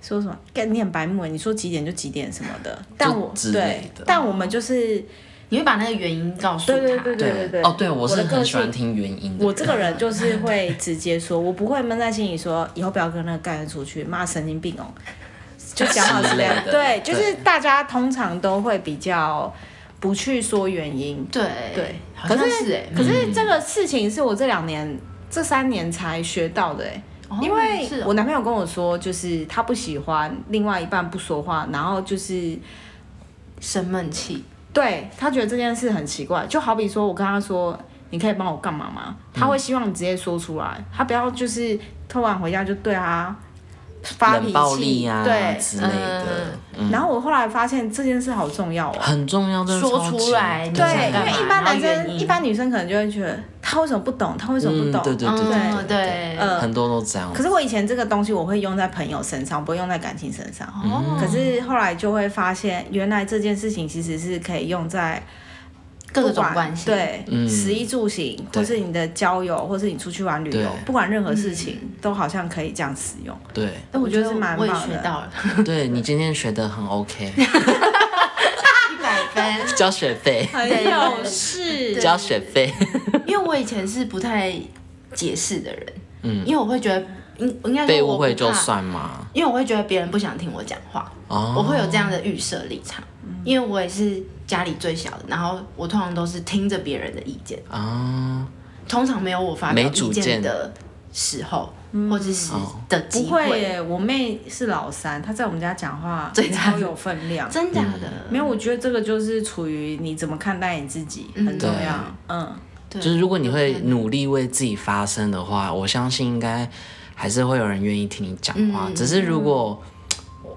Speaker 4: 说什么？干你很白目，欸你说几点就几点什么的。但我
Speaker 1: 之
Speaker 4: 对
Speaker 1: 类的，
Speaker 4: 但我们就是
Speaker 3: 你会把那个原因告诉他，
Speaker 4: 对对对
Speaker 1: 对
Speaker 4: 对对
Speaker 1: 哦，对我是
Speaker 4: 我的个
Speaker 1: 很喜欢
Speaker 4: 性
Speaker 1: 听原因的。
Speaker 4: 我这个人就是会直接说，我不会闷在心里说，以后不要跟那个干人出去，妈神经病哦、就讲好是这样
Speaker 1: 之类。的
Speaker 4: 对，就是
Speaker 1: 对
Speaker 4: 大家通常都会比较不去说原因，
Speaker 3: 对
Speaker 4: 对。
Speaker 3: 好
Speaker 4: 可
Speaker 3: 像
Speaker 4: 是
Speaker 3: 是哎，
Speaker 4: 可是这个事情是我这两年、这三年才学到的、欸，
Speaker 3: 哦
Speaker 4: 因为
Speaker 3: 是哦
Speaker 4: 我男朋友跟我说，就是他不喜欢另外一半不说话，然后就是
Speaker 3: 生闷气，
Speaker 4: 对他觉得这件事很奇怪，就好比说我跟他说，你可以帮我干嘛吗？
Speaker 1: 嗯
Speaker 4: 他会希望你直接说出来，他不要就是偷完回家就对他发脾
Speaker 1: 冷暴力
Speaker 4: 气，
Speaker 1: 啊
Speaker 4: 对。
Speaker 1: 之类的，
Speaker 4: 然后我后来发现这件事好重要哦。
Speaker 1: 很重要，真的
Speaker 3: 说
Speaker 1: 超
Speaker 3: 出
Speaker 1: 级
Speaker 3: 来你
Speaker 4: 对，
Speaker 3: 想干
Speaker 4: 因
Speaker 3: 嘛
Speaker 4: 为一般男
Speaker 3: 然后原
Speaker 4: 生、
Speaker 3: 因
Speaker 4: 一般女生可能就会觉得他为什么不懂，他为什么不懂？
Speaker 1: 嗯对对对
Speaker 4: 对
Speaker 3: 嗯对，
Speaker 4: 呃
Speaker 1: 很多都这样
Speaker 4: 可。是我以前这个东西我会用在朋友身上，不会用在感情身上。
Speaker 3: 哦
Speaker 4: 嗯可是后来就会发现，原来这件事情其实是可以用在
Speaker 3: 各
Speaker 4: 不
Speaker 3: 种
Speaker 4: 管
Speaker 3: 关系，，
Speaker 4: 对，
Speaker 1: 嗯
Speaker 4: 食衣住行，或
Speaker 1: 对
Speaker 4: 是你的交友，或是你出去玩旅
Speaker 1: 对
Speaker 4: 游，不管任何事情，都好像可以这样使用。
Speaker 1: 对
Speaker 3: 嗯哎，我觉
Speaker 4: 我觉得
Speaker 3: 得
Speaker 4: 是蛮
Speaker 3: 我也
Speaker 4: 棒
Speaker 3: 学
Speaker 4: 的
Speaker 3: 到了
Speaker 1: 对，你今天学的很 OK，
Speaker 3: 一百 分。
Speaker 1: 交学 费，
Speaker 3: 哎
Speaker 4: 很
Speaker 3: 有
Speaker 4: 事
Speaker 1: 交学费，
Speaker 3: 因为我以前是不太解释的人，
Speaker 1: 嗯
Speaker 3: 因为我会觉得，应应该
Speaker 1: 被
Speaker 3: 说我
Speaker 1: 误
Speaker 3: 不
Speaker 1: 会就
Speaker 3: 怕，
Speaker 1: 算嘛。
Speaker 3: 因为我会觉得别人不想听我讲话，我
Speaker 1: 哦，
Speaker 3: 会有这样的预设立场，因为我也是家里最小的，然后我通常都是听着别人的意见，
Speaker 1: 哦，
Speaker 3: 通常没有我发表
Speaker 1: 没主
Speaker 3: 意见
Speaker 1: 见哦
Speaker 3: 的时候，或者是的
Speaker 4: 嗯不
Speaker 3: 机
Speaker 4: 会
Speaker 3: 会，
Speaker 4: 耶，我妹是老三，她在我们家讲话
Speaker 3: 最惨
Speaker 4: 超有分量。
Speaker 3: 真假的
Speaker 1: 嗯
Speaker 4: 没有，我觉得这个就是处于你怎么看待你自己
Speaker 3: 嗯
Speaker 4: 很重要。嗯，
Speaker 3: 对，
Speaker 1: 就是如果你会努力为自己发声的话，我相信应该还是会有人愿意听你讲话。
Speaker 3: 嗯
Speaker 1: 只是如果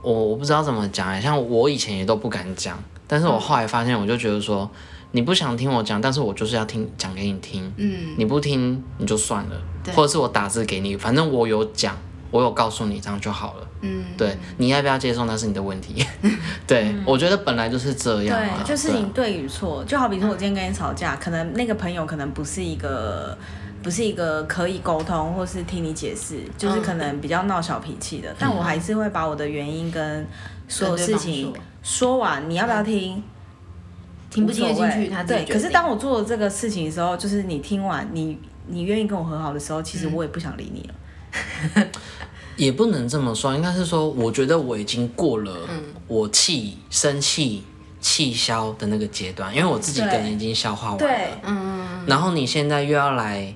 Speaker 1: 我我不知道怎么讲欸，像我以前也都不敢讲，但是
Speaker 3: 嗯
Speaker 1: 我后来发现，我就觉得说，你不想听我讲，但是我就是要听讲给你听。
Speaker 3: 嗯，
Speaker 1: 你不听你就算了
Speaker 3: 对，
Speaker 1: 或者是我打字给你，反正我有讲，我有告诉你，这样就好了。
Speaker 3: 嗯，
Speaker 1: 对，你要不要接受那是你的问题。 对，我觉得本来就是这样啊嘛
Speaker 3: 啊
Speaker 4: 对，，就是
Speaker 1: 对
Speaker 4: 你对与错。就好比
Speaker 3: 嗯
Speaker 4: 说，我今天跟你吵架，可能那个朋友可能不是一个。不是一个可以沟通或是听你解释，就是
Speaker 3: 嗯
Speaker 4: 可能比较闹小脾气的，但我还是会把我的原因跟所有
Speaker 3: 跟对
Speaker 4: 事
Speaker 3: 方
Speaker 4: 情
Speaker 3: 说嗯
Speaker 4: 说完。你要不要听？
Speaker 3: 听不听得进去，他自己
Speaker 4: 对，
Speaker 3: 决定
Speaker 4: 可是当我做了这个事情的时候，就是
Speaker 3: 嗯
Speaker 4: 你听完，你你愿意跟我和好的时候，其实我也不想理你了。
Speaker 1: 也不能这么说，应该是说，我觉得我已经过了
Speaker 4: 嗯
Speaker 1: 我气、生气、气消的那个阶段，因为我自己个人已经消化完
Speaker 4: 对
Speaker 1: 了。
Speaker 3: 嗯，
Speaker 1: 然后你现在又要来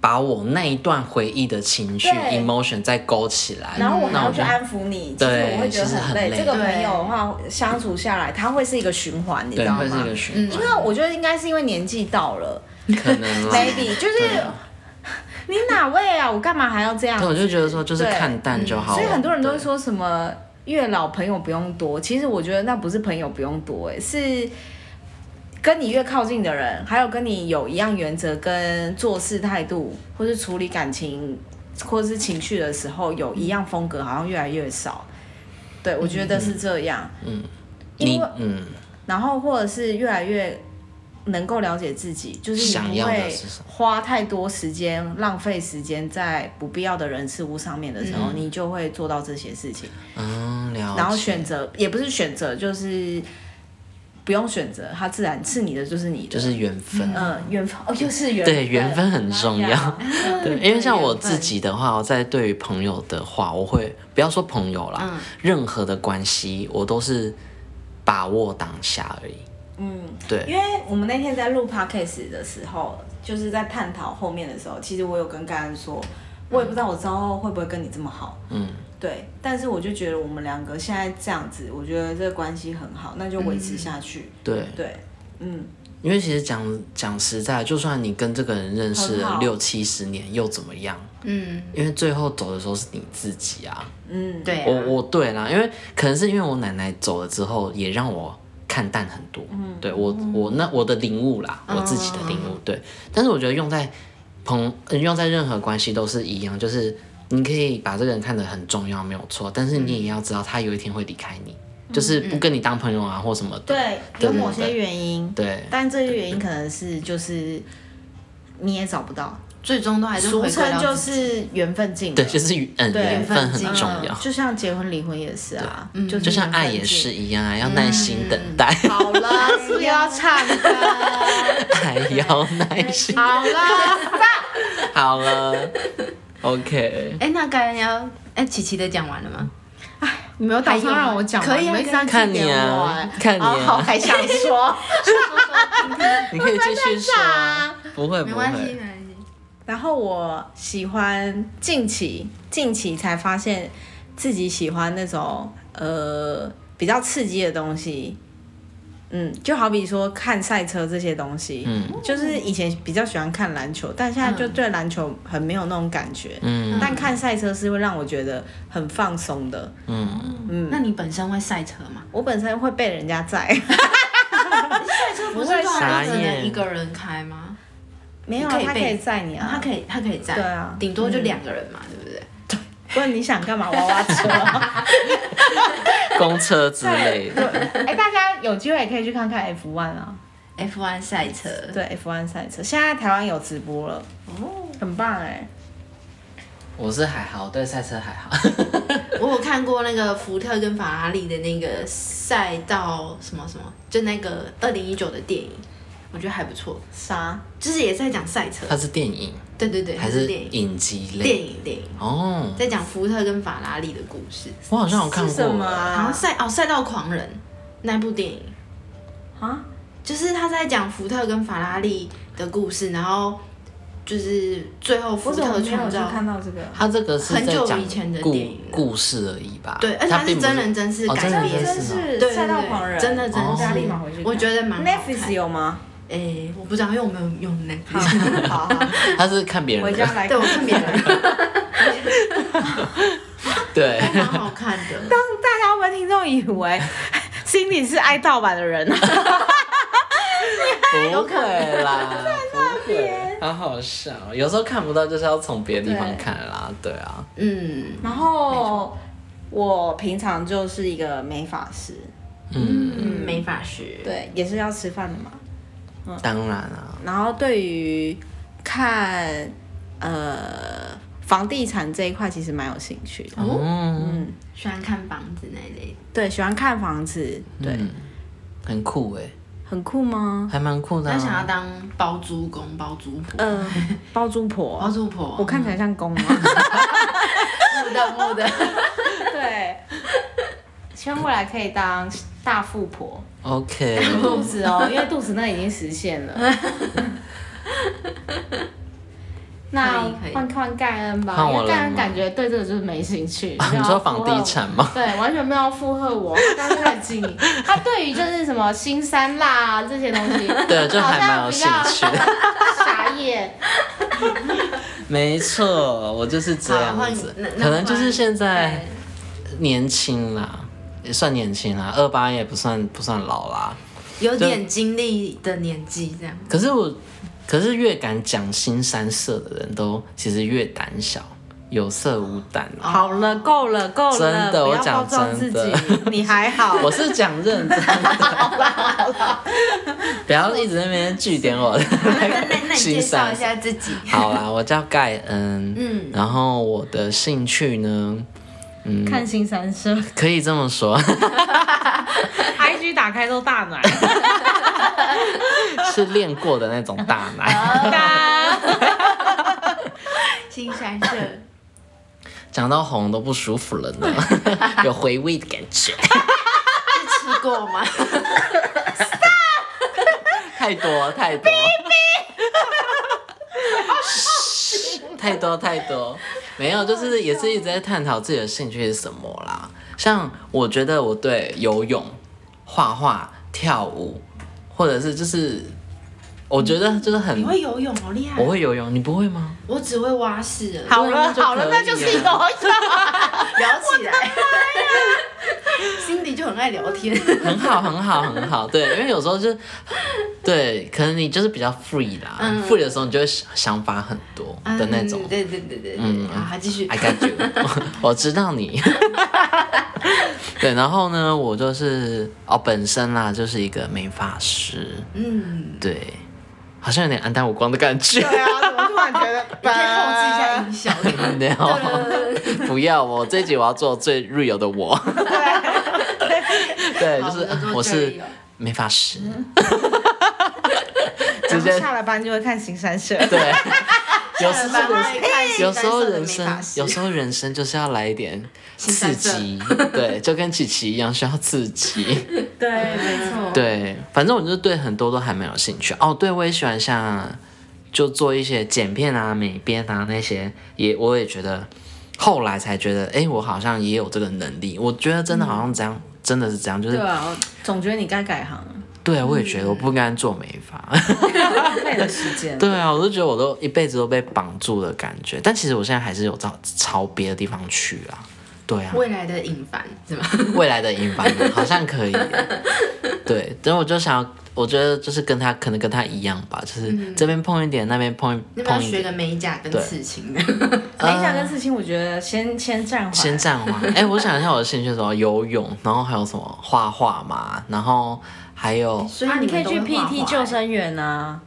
Speaker 1: 把我那一段回忆的情绪
Speaker 4: 对
Speaker 1: emotion 再勾起来，
Speaker 4: 然后我还
Speaker 1: 那
Speaker 4: 要
Speaker 1: 我
Speaker 4: 去
Speaker 1: 就
Speaker 4: 安抚你，其实
Speaker 1: 对
Speaker 4: 我会觉得
Speaker 1: 其实
Speaker 4: 很
Speaker 1: 很
Speaker 4: 累。
Speaker 1: 累
Speaker 4: 这个
Speaker 3: 对
Speaker 4: 朋友的话，相处下来，他会是一个循环，你知
Speaker 1: 对，
Speaker 4: 道
Speaker 1: 会是
Speaker 4: 吗
Speaker 1: 一？个循
Speaker 4: 因
Speaker 1: 环，
Speaker 4: 为我觉得应该是因为年纪到了
Speaker 1: 可能啦。
Speaker 4: ，baby，就是
Speaker 1: 嗯对啊
Speaker 4: 你哪位啊？我干嘛还要这样
Speaker 1: 但？我就觉得说，就是
Speaker 4: 对嗯
Speaker 1: 看淡就好了。
Speaker 4: 所以很多人都会
Speaker 1: 对
Speaker 4: 说什么月老朋友不用多，其实我觉得那不是朋友不用多、欸，是跟你越靠近的人，还有跟你有一样原则跟做事态度，或是处理感情或是情绪的时候有一样风格，好像越来越少。对，我觉得是这样。嗯，因
Speaker 1: 你
Speaker 4: 为
Speaker 1: 嗯，
Speaker 4: 然后或者是越来越能够了解自己，就是
Speaker 1: 想
Speaker 4: 你不
Speaker 1: 要的
Speaker 4: 会
Speaker 1: 是什么
Speaker 4: 花太多时间、浪费时间在不必要的人事物上面的时候，你就会做到这些事情。
Speaker 1: 嗯，了解。
Speaker 4: 然后选择也不是选择，就是不用选择，它自然是你的就是你的。
Speaker 1: 就是缘分。
Speaker 4: 嗯，缘分哦，就是缘
Speaker 1: 对，缘分很重
Speaker 4: 哎
Speaker 1: 要
Speaker 4: 呀。
Speaker 1: 对，因为像我
Speaker 3: 缘分
Speaker 1: 自己的话，我在对于朋友的话，我会不要说朋友啦，任何的关系，我都是把握当下而已。嗯，对，
Speaker 4: 因为我们那天在录 podcast 的时候，就是在探讨后面的时候，其实我有跟甘安说，我也不知道我之后会不会跟你这么好，
Speaker 1: 嗯，
Speaker 4: 对，但是我就觉得我们两个现在这样子，我觉得这个关系很好，那就维持下去，
Speaker 1: 对，
Speaker 4: 对，嗯，
Speaker 1: 因为其实讲讲实在，就算你跟这个人认识
Speaker 4: 很
Speaker 1: 了
Speaker 4: 好
Speaker 1: 六七十年，又怎么样？
Speaker 3: 嗯，
Speaker 1: 因为最后走的时候是你自己啊。
Speaker 4: 嗯，
Speaker 3: 对啊，
Speaker 1: 我我对啦，因为可能是因为我奶奶走了之后，也让我看淡很多。嗯，对我我那我的领悟啦，我自己的领
Speaker 4: 哦
Speaker 1: 悟。对，但是我觉得用在朋呃用在任何关系都是一样，就是你可以把这个人看得很重要，没有错，但是
Speaker 4: 嗯
Speaker 1: 你也要知道他有一天会离开你，就是不跟你当朋友啊或什么的。
Speaker 4: 对，
Speaker 1: 对
Speaker 4: 有某
Speaker 1: 对
Speaker 4: 些
Speaker 1: 对
Speaker 4: 原因，
Speaker 1: 对
Speaker 4: 但这些原因可能是就是你也找不到，
Speaker 3: 最终都还是
Speaker 4: 俗
Speaker 3: 回归
Speaker 4: 称
Speaker 3: 到
Speaker 4: 就
Speaker 3: 自 己
Speaker 4: 是缘分尽了，
Speaker 1: 对，就是嗯
Speaker 4: 对
Speaker 1: 缘分很重要嗯
Speaker 4: 嗯，就像结婚离婚也是啊，就是
Speaker 1: 就像
Speaker 4: 缘分嗯
Speaker 1: 爱也
Speaker 4: 尽
Speaker 1: 是一样啊，要耐心等待，
Speaker 2: 好了，是不是要唱歌？
Speaker 1: 爱 要耐心。
Speaker 2: 好了，
Speaker 1: 好了，OK。
Speaker 3: 哎，那该要哎，琪琪的讲完了吗？
Speaker 2: 你没有
Speaker 4: 哦
Speaker 2: 打算让我讲吗
Speaker 3: 可以
Speaker 2: 你
Speaker 3: 啊
Speaker 2: 们一直要
Speaker 1: 看
Speaker 2: 指
Speaker 1: 你
Speaker 2: 点我
Speaker 1: 啊
Speaker 2: 哎，
Speaker 1: 看你
Speaker 2: 哦好，
Speaker 1: 啊，
Speaker 2: 还想说，
Speaker 1: 你可以继续说啊，不会
Speaker 3: 没
Speaker 1: 不
Speaker 3: 关系，没
Speaker 1: 会，
Speaker 3: 关系。
Speaker 4: 然后我喜欢近期，近期才发现自己喜欢那种呃比较刺激的东西。嗯，就好比说看赛车这些东西，
Speaker 1: 嗯
Speaker 4: 就是以前比较喜欢看篮球，但现在
Speaker 3: 嗯
Speaker 4: 就对篮球很没有那种感觉。
Speaker 1: 嗯
Speaker 4: 但看赛车是会让我觉得很放松的。
Speaker 1: 嗯，
Speaker 4: 嗯，
Speaker 3: 那你本身会赛车吗？
Speaker 4: 我本身会被人 家载，
Speaker 3: 赛车不是都还只能一个人开吗？
Speaker 4: 没有啊，
Speaker 3: 可以
Speaker 4: 他可
Speaker 3: 被
Speaker 4: 以载你啊，
Speaker 3: 他可
Speaker 4: 以。
Speaker 3: 以，他可以在，
Speaker 4: 对啊
Speaker 3: 顶多就两个人嘛，对不对？
Speaker 4: 不然你想干嘛娃 娃车？
Speaker 1: 公车之 类的，
Speaker 4: 哎、大家有机会也可以去看看 F One 啊。
Speaker 3: F1 赛车，
Speaker 4: 对 F1 赛车，现在台湾有直播了，哦，很棒哎、
Speaker 1: 我是还好，对赛车还好，
Speaker 3: 我有看过那个福特跟法拉利的那个赛道什么什么，就那个二零一九的电影，我觉得还不错，
Speaker 4: 啥？
Speaker 3: 就是也是在讲赛车
Speaker 1: 它，是电影
Speaker 3: 对对对，
Speaker 1: 还
Speaker 3: 它
Speaker 1: 是
Speaker 3: 电影，
Speaker 1: 影集
Speaker 3: 电
Speaker 1: 类？
Speaker 3: 影电影，
Speaker 1: 哦，
Speaker 3: 在讲福特跟法拉利的故事，
Speaker 1: 我好像有看
Speaker 4: 是什么
Speaker 1: 过，
Speaker 3: 然后
Speaker 4: 啊？
Speaker 3: 赛哦赛道狂人那部电影，
Speaker 4: 啊？
Speaker 3: 就是他在讲福特跟法拉利的故事，然后就是最后福
Speaker 4: 我怎么
Speaker 3: 特
Speaker 4: 没有
Speaker 3: 创
Speaker 4: 去
Speaker 3: 造。
Speaker 4: 看到这个？
Speaker 1: 它这个是在
Speaker 3: 很久
Speaker 1: 讲
Speaker 3: 以前的
Speaker 1: 故
Speaker 3: 电影了
Speaker 1: 故事而已吧？
Speaker 3: 对而且它
Speaker 1: 它
Speaker 3: 是
Speaker 1: 并不
Speaker 3: 真人真事
Speaker 1: 哦
Speaker 3: 改
Speaker 1: 真人
Speaker 3: 编
Speaker 1: 真
Speaker 3: 的
Speaker 1: 事吗哦
Speaker 4: 是
Speaker 3: 对对
Speaker 4: 赛道
Speaker 3: 对
Speaker 4: 狂人，
Speaker 3: 真的真的
Speaker 4: 大家
Speaker 1: 是
Speaker 4: 立马回去看。
Speaker 3: 我觉得蛮好看
Speaker 4: Netflix 有吗？
Speaker 3: 诶、我不知道，因为我没有用
Speaker 4: 好
Speaker 3: Netflix，
Speaker 4: 好好，
Speaker 1: 它是看别人
Speaker 4: 回家
Speaker 1: 的，
Speaker 4: 来
Speaker 3: 对我。
Speaker 4: 看
Speaker 3: 看别人，
Speaker 1: 对，
Speaker 3: 蛮好看的。
Speaker 4: 大家会不会听众以为 Cindy 是爱盗版的人啊？
Speaker 1: 不会 啦，不会，好好笑哦。有时候看不到，就是要从别的地方
Speaker 4: 对
Speaker 1: 看啦。对啊，
Speaker 3: 嗯，
Speaker 4: 然后我平常就是一个美发师，
Speaker 1: 嗯，
Speaker 3: 嗯，美发师，
Speaker 4: 对，也是要吃饭的嘛。
Speaker 3: 嗯
Speaker 1: 当然啊，
Speaker 4: 然后对于看呃房地产这一块，其实蛮有兴趣的。
Speaker 1: 哦，
Speaker 3: 喜欢看房子那一类。
Speaker 4: 对，喜欢看房子，对，
Speaker 1: 嗯很酷哎，
Speaker 4: 很酷吗？
Speaker 1: 还蛮酷的
Speaker 3: 他想要
Speaker 1: 啊。
Speaker 3: 当包租 公、包租婆、
Speaker 4: 呃，包租
Speaker 1: 哦
Speaker 3: 包
Speaker 4: 婆，
Speaker 3: 租婆。
Speaker 4: 我看起来像公 吗？
Speaker 2: 不得不 的，对。希望未来可以当大富婆，
Speaker 1: OK，
Speaker 2: 肚子哦，因为肚子那已经实现 了。那
Speaker 3: 可以可以
Speaker 2: 换换盖恩吧，
Speaker 1: 换
Speaker 2: 因
Speaker 1: 我
Speaker 2: 为
Speaker 1: 了
Speaker 2: 盖恩
Speaker 1: 吗
Speaker 2: 感觉对这个就是没兴趣。
Speaker 1: 啊
Speaker 2: 没有
Speaker 1: 你
Speaker 2: 要
Speaker 1: 说房
Speaker 2: 附和
Speaker 1: 地
Speaker 2: 我
Speaker 1: 产吗？
Speaker 2: 对，完全没有附和我， 他刚开始经营，他对于就是什么新三辣啊这些东 西，
Speaker 1: 对，就
Speaker 2: 好
Speaker 1: 还蛮
Speaker 2: 像
Speaker 1: 有
Speaker 2: 比
Speaker 1: 兴
Speaker 2: 较
Speaker 1: 趣的。
Speaker 2: 傻眼。
Speaker 1: 没错，我就是这
Speaker 3: 好
Speaker 1: 样
Speaker 3: 换
Speaker 1: 子
Speaker 3: 那，那
Speaker 1: 可能就
Speaker 3: 换
Speaker 1: 是现在
Speaker 3: 对
Speaker 1: 年轻啦，也算年轻啦，二八也不算不算老啦。
Speaker 3: 有点经历的年纪这样。
Speaker 1: 可是我，可是越敢讲新三色的人都其实越胆小，有色无胆啊。
Speaker 4: 好了，够了，够了，
Speaker 1: 真的
Speaker 4: 不
Speaker 1: 我
Speaker 4: 要
Speaker 1: 讲
Speaker 4: 包装自
Speaker 1: 真
Speaker 4: 己
Speaker 1: 的，
Speaker 4: 你还好。
Speaker 1: 我是讲认真的， 不要一直在那边据点我的
Speaker 3: 那那那你介
Speaker 1: 新
Speaker 3: 绍
Speaker 1: 三
Speaker 3: 一
Speaker 1: 色。
Speaker 3: 下自己。
Speaker 1: 好啦，我叫盖恩，嗯，然后我的兴趣呢，
Speaker 4: 看新三 色
Speaker 1: 可以这么说，
Speaker 4: ，IG 打开都大 奶，
Speaker 1: 是练过的那种大 奶。
Speaker 3: 哦
Speaker 4: 啊
Speaker 3: 新山社，
Speaker 1: 讲到喉咙都不舒服了 呢，有回味的感觉，
Speaker 3: 是吃过吗？
Speaker 1: 太多太多，嘘 太多太多，没有，就是也是一直在探讨自己的兴趣是什么啦。像我觉得我对游泳、画画、跳舞，或者是就是，我觉得就是很
Speaker 3: 你，会游泳，好厉害
Speaker 1: 我！会游泳，你不会吗？
Speaker 3: 我只会蛙式而已，
Speaker 2: 好了好了，那就是一个好
Speaker 3: 聊起来。心里就很爱聊天，
Speaker 1: 很好，很好，很好。对，因为有时候就是，对，可能你就是比较 free 啦、
Speaker 3: 嗯
Speaker 1: f r e e 的时候你就会想想法很多的那种
Speaker 3: 嗯。对对对对，
Speaker 1: 嗯
Speaker 3: 嗯，好，继续
Speaker 1: I。got you，我 知道你。对，然后呢，我就是哦，本身啦就是一个美发师，
Speaker 3: 嗯，
Speaker 1: 对，好像有点黯淡无光的感觉。
Speaker 2: 对啊，怎么突然觉 得？
Speaker 3: 你可以控制 一下音效。
Speaker 1: 没有，不要我这一集我要做最 real 的我。对，就
Speaker 3: 好
Speaker 1: 是
Speaker 3: 我就做
Speaker 1: 我是
Speaker 3: 最 real 嗯
Speaker 1: 美发师，
Speaker 4: 然
Speaker 1: 直
Speaker 4: 后
Speaker 1: 接
Speaker 4: 下了班就会看新三色。
Speaker 1: 对，有时
Speaker 3: 下了班会看
Speaker 1: 有时候
Speaker 3: 新三色的
Speaker 1: 人
Speaker 3: 美
Speaker 1: 生
Speaker 3: 发，师
Speaker 1: 有时候人生就是要来一点刺
Speaker 3: 三色
Speaker 1: 激，对，就跟琪琪一样需要刺激。
Speaker 4: 对，没错。
Speaker 1: 对，反正我就对很多都还蛮有兴趣。哦，对，我也喜欢像就做一些剪片啊、美编啊那些，也我也觉得后来才觉得，哎、我好像也有这个能力。我觉得真的好像这样，真的是这样，就是
Speaker 4: 嗯对啊，嗯我总觉得你该改行 了，
Speaker 1: 对我也觉得我不应该做美发。
Speaker 4: 浪费了时间。
Speaker 1: 对啊，我就觉得我都一辈子都被绑住的感觉。但其实我现在还是有朝朝别的地方去啊。对啊，
Speaker 3: 未来的影凡是吗？
Speaker 1: 未来的银发女好像可以耶。 对，然后我就想要，我觉得就是跟他可能跟他一样吧，就是
Speaker 4: 嗯
Speaker 1: 这边碰一点，那边碰一
Speaker 3: 要不要
Speaker 1: 碰一
Speaker 3: 学
Speaker 1: 点，
Speaker 3: 个美甲跟
Speaker 1: 对
Speaker 3: 刺青呢？
Speaker 4: 美甲跟刺青，我觉得先啊先暂缓。
Speaker 1: 先这样嘛。 哎、我想一下我的兴趣是什么，游泳，然后还有什么画画嘛，然后还有
Speaker 3: 所以
Speaker 4: 啊，你
Speaker 3: 们
Speaker 4: 可以去
Speaker 3: 都会画画
Speaker 4: PT 救生员啊，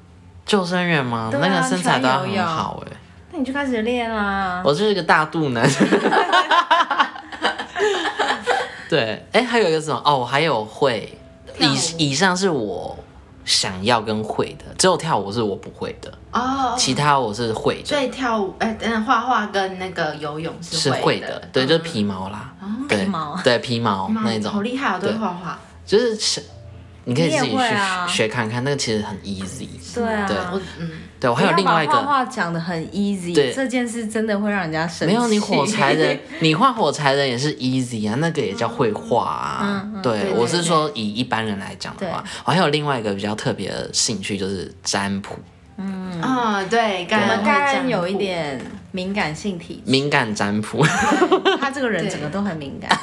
Speaker 1: 救生员嘛，
Speaker 4: 对啊
Speaker 1: 那个身材都要很
Speaker 4: 全游泳
Speaker 1: 好哎、
Speaker 4: 那你就开始练啊啦。
Speaker 1: 我就是一个大肚腩。 对，哎、还有一个什么？哦，我还有会，
Speaker 3: 跳舞
Speaker 1: 以以上是我想要跟会的，只有跳舞是我不会的，
Speaker 3: 哦。
Speaker 1: 其他我是会的。
Speaker 3: 所以跳舞，哎，等等画画跟那个游泳
Speaker 1: 是
Speaker 3: 是
Speaker 1: 会
Speaker 3: 的
Speaker 1: 的，，对，就是皮毛啦，对，
Speaker 4: 嗯哦皮毛
Speaker 1: 对，皮毛
Speaker 3: 妈
Speaker 1: 那一
Speaker 3: 好
Speaker 1: 种，
Speaker 3: 厉害哦，都会
Speaker 1: 对
Speaker 3: 画画。
Speaker 1: 就是是你可以自己
Speaker 4: 你也
Speaker 1: 去
Speaker 4: 会啊
Speaker 1: 学看看，那个其实很 easy。
Speaker 4: 对啊，
Speaker 1: 对
Speaker 3: 我嗯，
Speaker 1: 对我还有另外一
Speaker 4: 不要把画
Speaker 1: 个，
Speaker 4: 画讲的很 easy，
Speaker 1: 对
Speaker 4: 这件事真的会让人家生
Speaker 1: 没
Speaker 4: 气。
Speaker 1: 有你火柴 人，你画火柴人也是 easy 啊，那个也叫绘画
Speaker 4: 嗯
Speaker 1: 啊。对，
Speaker 3: 对
Speaker 1: 我是说以一般人来讲的话，我还有另外一个比较特别的兴趣就是占卜，
Speaker 3: 啊，对，刚
Speaker 4: 我
Speaker 3: 刚会
Speaker 4: 们该
Speaker 3: 占卜
Speaker 4: 有一，点敏感性体质，
Speaker 1: 敏感占卜。
Speaker 4: 他这个人
Speaker 3: 对
Speaker 4: 整个都很敏感。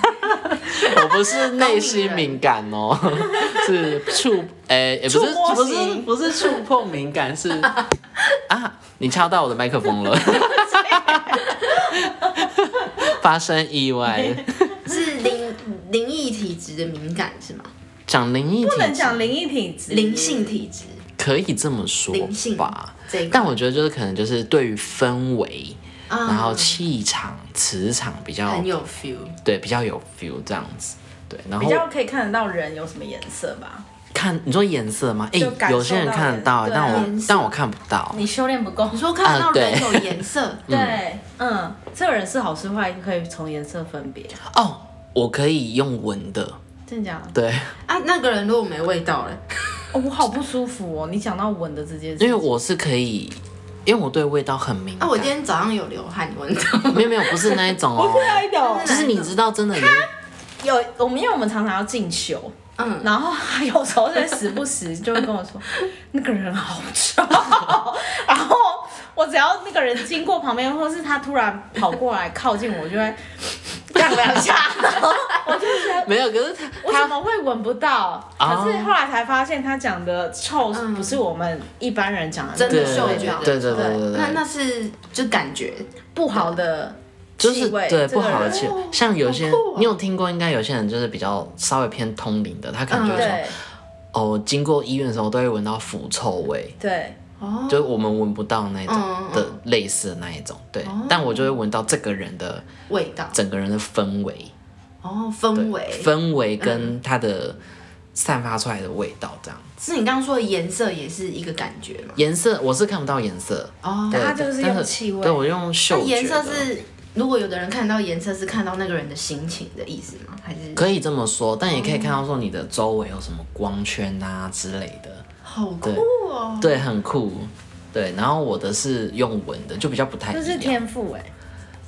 Speaker 1: 我不是 内心敏感哦， 是触诶、也不是
Speaker 4: 触摸
Speaker 1: 不是
Speaker 4: 型
Speaker 1: 不是触碰敏感， 是啊，你敲到我的麦克风了， 发生意外，
Speaker 3: 是灵灵异体质的敏感是吗？
Speaker 1: 讲灵异
Speaker 4: 不能
Speaker 1: 体
Speaker 4: 讲灵异体质，
Speaker 3: 灵性体质
Speaker 1: 可以这么说
Speaker 3: 灵性
Speaker 1: 吧，
Speaker 3: 这一块，
Speaker 1: 但我觉得就是可能就是对于氛围，
Speaker 3: 啊
Speaker 1: 然后气场、磁场比较
Speaker 3: 很有 feel，
Speaker 1: 对比较有 feel 这样子，对，然后
Speaker 4: 比较可以看得到人有什么颜色吧。
Speaker 1: 看你说颜色吗？哎、
Speaker 4: 就感受
Speaker 1: 有些人
Speaker 4: 到
Speaker 1: 看得到、
Speaker 4: 颜色
Speaker 1: 但
Speaker 4: 对啊
Speaker 1: 我但我看不到。
Speaker 4: 你修炼不够
Speaker 3: 你。说看得
Speaker 1: 啊
Speaker 3: 到
Speaker 1: 对
Speaker 3: 人有 颜色，
Speaker 4: 对，嗯，这个人是好是坏，可以从颜色分别。
Speaker 1: 哦，我可以用闻的，
Speaker 4: 真的假的？
Speaker 1: 对，
Speaker 3: 啊，那个人如果没味道啊嘞，
Speaker 4: 哦，我好不舒服哦！你讲到闻的这件事，
Speaker 1: 因为我是可以，因为我对味道很敏
Speaker 3: 啊，
Speaker 1: 感。
Speaker 3: 我今天早上有流汗，你闻到吗？
Speaker 1: 没有没有，不是那一 种哦，
Speaker 4: 有
Speaker 1: 就是你知道真的有
Speaker 4: 有我们，因为我们常常要进修，
Speaker 3: 嗯，
Speaker 4: 然后他有时候就会时不时就会跟我说，那个人好臭。然后我只要那个人经过旁边，或是他突然跑过来靠近我，就会干两下，然后我就觉得。
Speaker 1: 没有，可是他
Speaker 4: 我怎么会闻不到？
Speaker 1: 哦
Speaker 4: 可是后来才发现，他讲的臭
Speaker 3: 嗯
Speaker 4: 不是我们一般人讲的
Speaker 3: 真
Speaker 1: 对
Speaker 3: 的
Speaker 1: 对
Speaker 3: 嗅
Speaker 1: 对
Speaker 3: 觉，
Speaker 1: 对对对对对
Speaker 3: 那那是就感觉，
Speaker 4: 不好的
Speaker 1: 就是
Speaker 4: 气味
Speaker 1: 对
Speaker 4: 这
Speaker 1: 不
Speaker 4: 个
Speaker 1: 好的
Speaker 4: 人
Speaker 1: 气味
Speaker 3: 哦，
Speaker 1: 像有
Speaker 3: 好
Speaker 1: 些
Speaker 3: 酷哦
Speaker 1: 你有听过，应该有些人就是比较稍微偏通灵的，他可能就
Speaker 3: 嗯
Speaker 1: 会说，
Speaker 4: 对
Speaker 1: 哦，经过医院的时候都会闻到腐臭味，
Speaker 4: 对，
Speaker 3: 哦，
Speaker 1: 就是我们闻不到那
Speaker 3: 嗯嗯
Speaker 1: 种
Speaker 3: 嗯哦
Speaker 1: 的类似的那一种，对，但我就会闻到这个人的
Speaker 3: 味道，
Speaker 1: 整个人的氛围，
Speaker 3: 哦，
Speaker 1: 对
Speaker 3: 氛围。嗯
Speaker 1: 氛围跟他的散发出来的味道这样。
Speaker 3: 是你刚刚说的颜色也是一个感觉嘛？
Speaker 1: 颜色我是看不到颜色，
Speaker 3: 哦，
Speaker 1: 对
Speaker 4: 他就是
Speaker 1: 但
Speaker 4: 用气味
Speaker 1: 对我用
Speaker 3: 那
Speaker 1: 嗅觉的，
Speaker 3: 颜色是，如果有的人看到颜色是看到那个人的心情的意思吗？还是
Speaker 1: 可以这么说，但也可以
Speaker 3: 嗯
Speaker 1: 看到说你的周围有什么光圈啊之类的，
Speaker 3: 好酷
Speaker 1: 对
Speaker 3: 哦！
Speaker 1: 对，很酷。对，然后我的是用闻的，就比较不太一
Speaker 4: 这
Speaker 1: 样，
Speaker 4: 是天赋哎，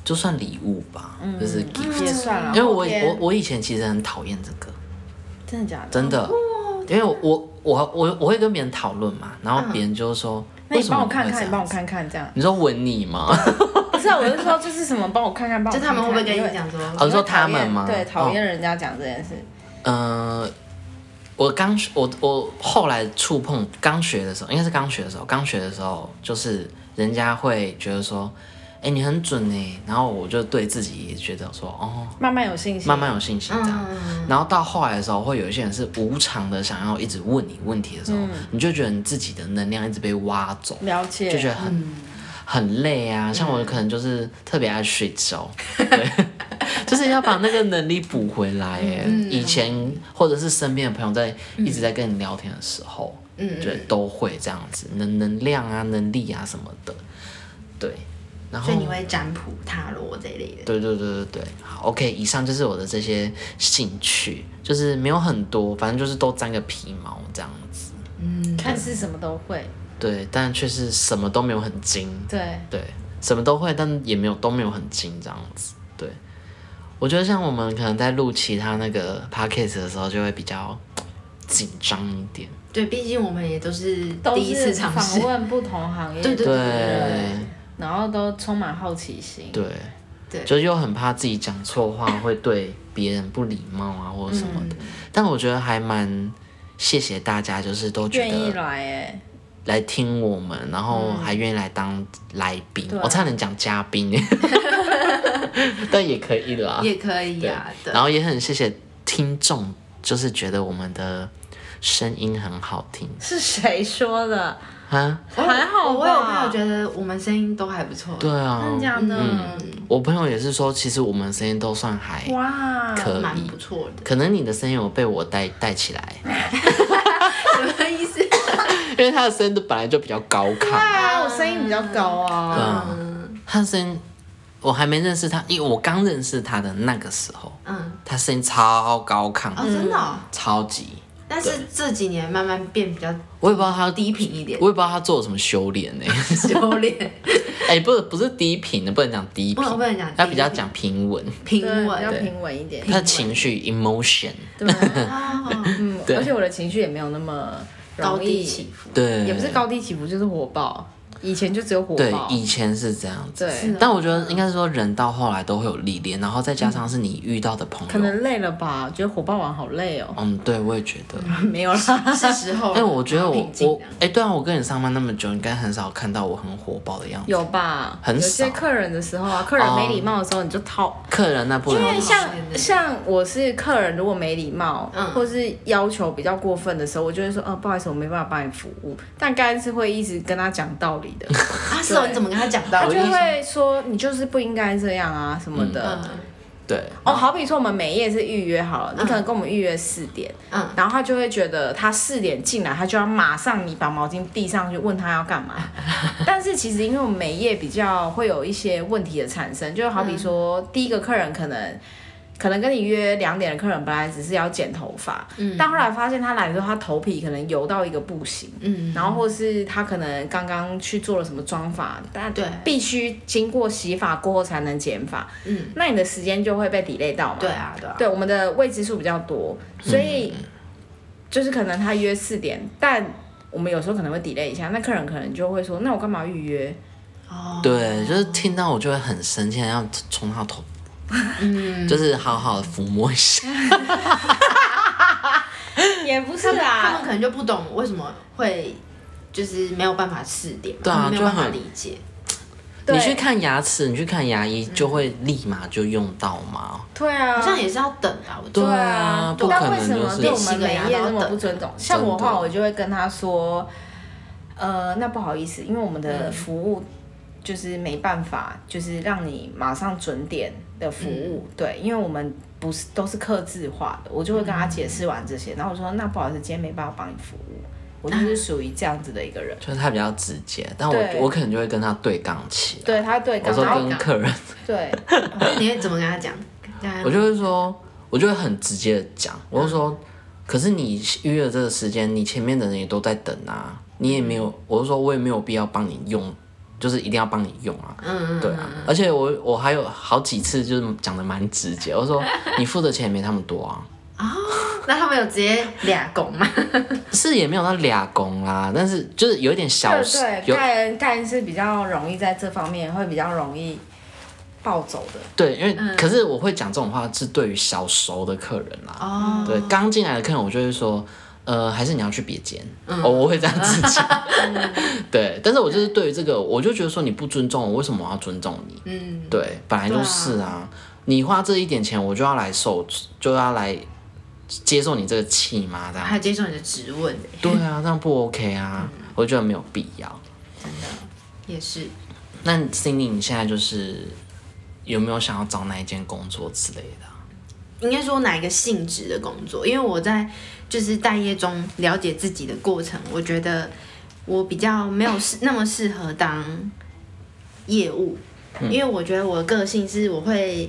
Speaker 1: 就算礼物吧，
Speaker 3: 嗯
Speaker 1: 就是 gift。
Speaker 4: 也算了。
Speaker 1: 因为我
Speaker 4: 后天
Speaker 1: 我我以前其实很讨厌这个，
Speaker 4: 真的假的？
Speaker 1: 真的，因为我我我我会跟别人讨论嘛，然后别人就说，
Speaker 4: 嗯那
Speaker 1: 为
Speaker 4: 你
Speaker 1: 什么
Speaker 4: 帮我
Speaker 1: 会
Speaker 4: 看看，
Speaker 1: 这
Speaker 4: 你帮
Speaker 1: 样
Speaker 4: 我
Speaker 1: 子？
Speaker 4: 看看这样。
Speaker 1: 你说吻你吗？
Speaker 4: 不是啊，我是说就是什么，帮我看看，帮我
Speaker 3: 就他们会不会跟你
Speaker 4: 看看？
Speaker 3: 讲说，
Speaker 1: 哦，你说他们吗？
Speaker 4: 因为对，讨
Speaker 1: 哦
Speaker 4: 厌人家讲这件事。
Speaker 1: 呃，我刚学我我后来触碰刚学的时候，应该是刚学的时候，刚学的时候就是人家会觉得说，哎、你很准呢，然后我就对自己也觉得说，哦，
Speaker 4: 慢慢有信心，
Speaker 1: 慢慢有信心这样。
Speaker 3: 嗯，
Speaker 1: 然后到后来的时候，会有一些人是无偿的想要一直问你问题的时候，你就觉得你自己的能量一直被挖走，
Speaker 4: 了解，
Speaker 1: 就觉得很、很累啊。像我可能就是特别爱睡觉，对，就是要把那个能力补回来耶。以前或者是身边的朋友在一直在跟你聊天的时候，嗯，对，都会这样子，能能量啊、能力啊什么的，对。然后
Speaker 3: 所以你会占卜、塔罗这一类的。
Speaker 1: 对对对对对，好，OK，以上就是我的这些兴趣，就是没有很多，反正就是都沾个皮毛这样子。
Speaker 4: 看似什么都会，
Speaker 1: 对，但却是什么都没有很精，
Speaker 4: 对，
Speaker 1: 对，什么都会，但也没有都没有很精这样子。对，我觉得像我们可能在录其他那个 podcast 的时候，就会比较紧张一点。
Speaker 3: 对，毕竟我们也都是
Speaker 4: 都
Speaker 3: 第一次
Speaker 4: 是
Speaker 3: 尝
Speaker 4: 访
Speaker 3: 试。
Speaker 4: 问不同行业，
Speaker 3: 对对
Speaker 1: 对
Speaker 4: 然后都充满好奇心，
Speaker 1: 对
Speaker 3: 对
Speaker 1: 就又很怕自己讲错话会对别人不礼貌啊，或者什么的。
Speaker 4: 嗯
Speaker 1: 但我觉得还蛮谢谢大家，就是都觉
Speaker 4: 愿意
Speaker 1: 得
Speaker 4: 来哎，
Speaker 1: 来听我们，然后还愿意来当来宾，
Speaker 4: 对啊
Speaker 1: 我差点讲嘉 宾，但也可以啦。
Speaker 3: 也可以啊呀、对
Speaker 1: 然后也很谢谢听众，就是觉得我们的声音很好听
Speaker 4: 是谁说的？
Speaker 1: 啊，
Speaker 3: 我有
Speaker 4: 哦还好吧
Speaker 3: 我有朋友觉得我们声音都还不错。嗯
Speaker 1: 对
Speaker 4: 真
Speaker 1: 啊
Speaker 4: 的，假的？
Speaker 1: 我朋友也是说，其实我们声音都算还，
Speaker 4: 哇，
Speaker 1: 可
Speaker 3: 蛮
Speaker 1: 以
Speaker 3: 不错的，
Speaker 1: 可能你的声音有被我带带起来，
Speaker 3: 什么意 思？
Speaker 1: 因为他的声音本来就比较高 亢，
Speaker 4: 啊，我声音比较高
Speaker 1: 对
Speaker 4: 啊，
Speaker 1: 啊，他的声音我还没认识他，因为我刚认识他的那个时候，
Speaker 3: 嗯，
Speaker 1: 他声音超高亢，
Speaker 3: 哦，真的、哦。
Speaker 1: 超级，
Speaker 3: 但是这几年慢慢变比较
Speaker 1: 我也不知道他
Speaker 3: 低频 一点，
Speaker 1: 我也不知道他做了什么修炼呢、
Speaker 3: 修炼
Speaker 1: 哎、不是不是低频的，不能讲低
Speaker 3: 不
Speaker 1: 频，
Speaker 3: 能不能讲低频
Speaker 1: 他比较讲平稳，
Speaker 3: 平
Speaker 4: 对，比较
Speaker 3: 稳。
Speaker 4: 平稳一点，
Speaker 1: 他的情绪 emotion，
Speaker 4: 对，
Speaker 3: 哦，
Speaker 4: 嗯， 而且我的情绪也没有那么
Speaker 3: 高
Speaker 4: 容易
Speaker 3: 低起伏。
Speaker 1: 对，
Speaker 4: 也不是高低起伏，就是火爆。以前就只有火
Speaker 1: 对，
Speaker 4: 爆，
Speaker 1: 以前是这样子。
Speaker 4: 对，
Speaker 3: 嗯
Speaker 1: 但我觉得应该是说，人到后来都会有历练，然后再加上是你遇到的
Speaker 3: 嗯
Speaker 1: 朋友，
Speaker 4: 可能累了吧，觉得火爆完好累哦。
Speaker 1: 嗯，对，我也觉 得。
Speaker 4: 没有啦，
Speaker 3: 是时
Speaker 4: 哦
Speaker 3: 候了。
Speaker 1: 哎，我觉得我
Speaker 3: 平静
Speaker 1: 我
Speaker 3: 这样
Speaker 1: 哎，对啊，我跟你上班那么久，应该很少看到我很火爆的样子。
Speaker 4: 有吧？
Speaker 1: 很
Speaker 4: 有
Speaker 1: 少
Speaker 4: 些客人的时候啊，客人没礼貌的时候，你就掏。
Speaker 1: 客人那不能
Speaker 4: 因为像
Speaker 3: 真的
Speaker 4: 像我是客人，如果没礼貌，
Speaker 3: 嗯
Speaker 4: 或是要求比较过分的时候，我就会说，呃，不好意思，我没办法帮你服务。但刚才是会一直跟他讲道理的，
Speaker 3: 啊，是哦，你怎么跟他讲到？
Speaker 4: 他
Speaker 3: 我
Speaker 4: 就
Speaker 3: 就
Speaker 4: 会说你就是不应该这样啊什么的。
Speaker 3: 嗯
Speaker 1: 对，
Speaker 4: 哦，好比说我们每夜是预约好了，你可能跟我们预约四点，
Speaker 3: 嗯，
Speaker 4: 然后他就会觉得他四点进来，他就要马上你把毛巾递上去，问他要干嘛。 但是其实因为我们每夜比较会有一些问题的产生，就好比说、第一个客人可能。可能跟你约两点的客人本来只是要剪头发，但后来发现他来的时候，他头皮可能油到一个不行，
Speaker 3: 嗯
Speaker 4: 然后或是他可能刚刚去做了什么妆发，但
Speaker 3: 对
Speaker 4: 必须经过洗发过后才能剪发，
Speaker 3: 嗯，
Speaker 4: 那你的时间就会被 delay 到嘛？
Speaker 3: 对啊，对啊，
Speaker 4: 对，我们的未知数比较多，所以就是可能他约四点，但我们有时候可能会 delay 一下，那客人可能就会说，那我干嘛预约？
Speaker 3: 哦，
Speaker 1: 对，就是听到我就会很生气，然后冲到头，嗯，就是好好的抚摸一下，
Speaker 4: 也不
Speaker 3: 他们啊他们，可能就不懂为什么会就是没有办法试点嘛，
Speaker 1: 对啊
Speaker 3: 他们没有办
Speaker 1: 就
Speaker 3: 法
Speaker 1: 很
Speaker 3: 理解。
Speaker 4: 对
Speaker 1: 你去看牙齿，你去看牙医就会立马就用到嘛，
Speaker 4: 对啊，
Speaker 3: 好像也是要等啊，我觉
Speaker 1: 对
Speaker 3: 得
Speaker 1: 啊，不可
Speaker 4: 但为
Speaker 1: 能
Speaker 4: 什
Speaker 1: 就
Speaker 4: 么对我
Speaker 1: 是
Speaker 4: 们每一页那么不尊重？像我的
Speaker 1: 真
Speaker 4: 话，
Speaker 1: 的
Speaker 4: 我就会跟他说，呃，那不好意思，因为我们的服务就是没办法，就是让你马上准点的服务，对，因为我们不是都是客制化的，我就会跟他解释完这些，然后我说那不好意思，今天没办法帮你服务，我就是属于这样子的一个人，
Speaker 1: 就是他比较直接，但
Speaker 4: 对
Speaker 1: 我我可能就会跟他对杠起来，
Speaker 4: 对他对
Speaker 1: 我
Speaker 4: 刚
Speaker 1: 说
Speaker 4: 刚
Speaker 1: 跟客人，
Speaker 4: 对，
Speaker 3: 你会怎么跟他讲？跟他
Speaker 1: 我就会说，我就会很直接的讲，我就说，可是你约了这个时间，你前面的人也都在等啊，你也没
Speaker 3: 嗯
Speaker 1: 有，我就说我也没有必要帮你用，就是一定要帮你用啊，
Speaker 3: 嗯，
Speaker 1: 对啊，而且我我还有好几次就是讲的蛮直接，我 说你付的钱也没他们多啊，
Speaker 3: 那他们有直接俩拱吗？
Speaker 1: 是也没有到俩工啦，但是就是有一点小事，
Speaker 4: 对对，
Speaker 1: 有
Speaker 4: 盖恩盖恩是比较容易在这方面会比较容易暴走的。
Speaker 1: 对，因为、
Speaker 3: 嗯
Speaker 1: 可是我会讲这种话是对于小熟的客人啦，
Speaker 3: 哦，
Speaker 1: 对，刚进来的客人我就会说。呃，还是你要去别间，
Speaker 3: 嗯
Speaker 1: 哦，我会这样子 讲， 对。但是我就是对于这个，我就觉得说你不尊重我，为什么我要尊重你？
Speaker 3: 嗯，
Speaker 1: 对，本来就是啊，你花这一点钱，我就要来受，就要来接受你这个气吗？这样
Speaker 3: 还接受你的质问欸，
Speaker 1: 对啊，这样不 OK 啊，
Speaker 3: 嗯
Speaker 1: 我觉得没有必要。
Speaker 3: 也是。
Speaker 1: 那 Cindy，你现在就是有没有想要找哪一间工作之类的啊？
Speaker 3: 应该说哪一个性质的工作，因为我在就是待业中了解自己的过程，我觉得我比较没有适那么适合当业务，
Speaker 1: 嗯
Speaker 3: 因为我觉得我的个性是我会。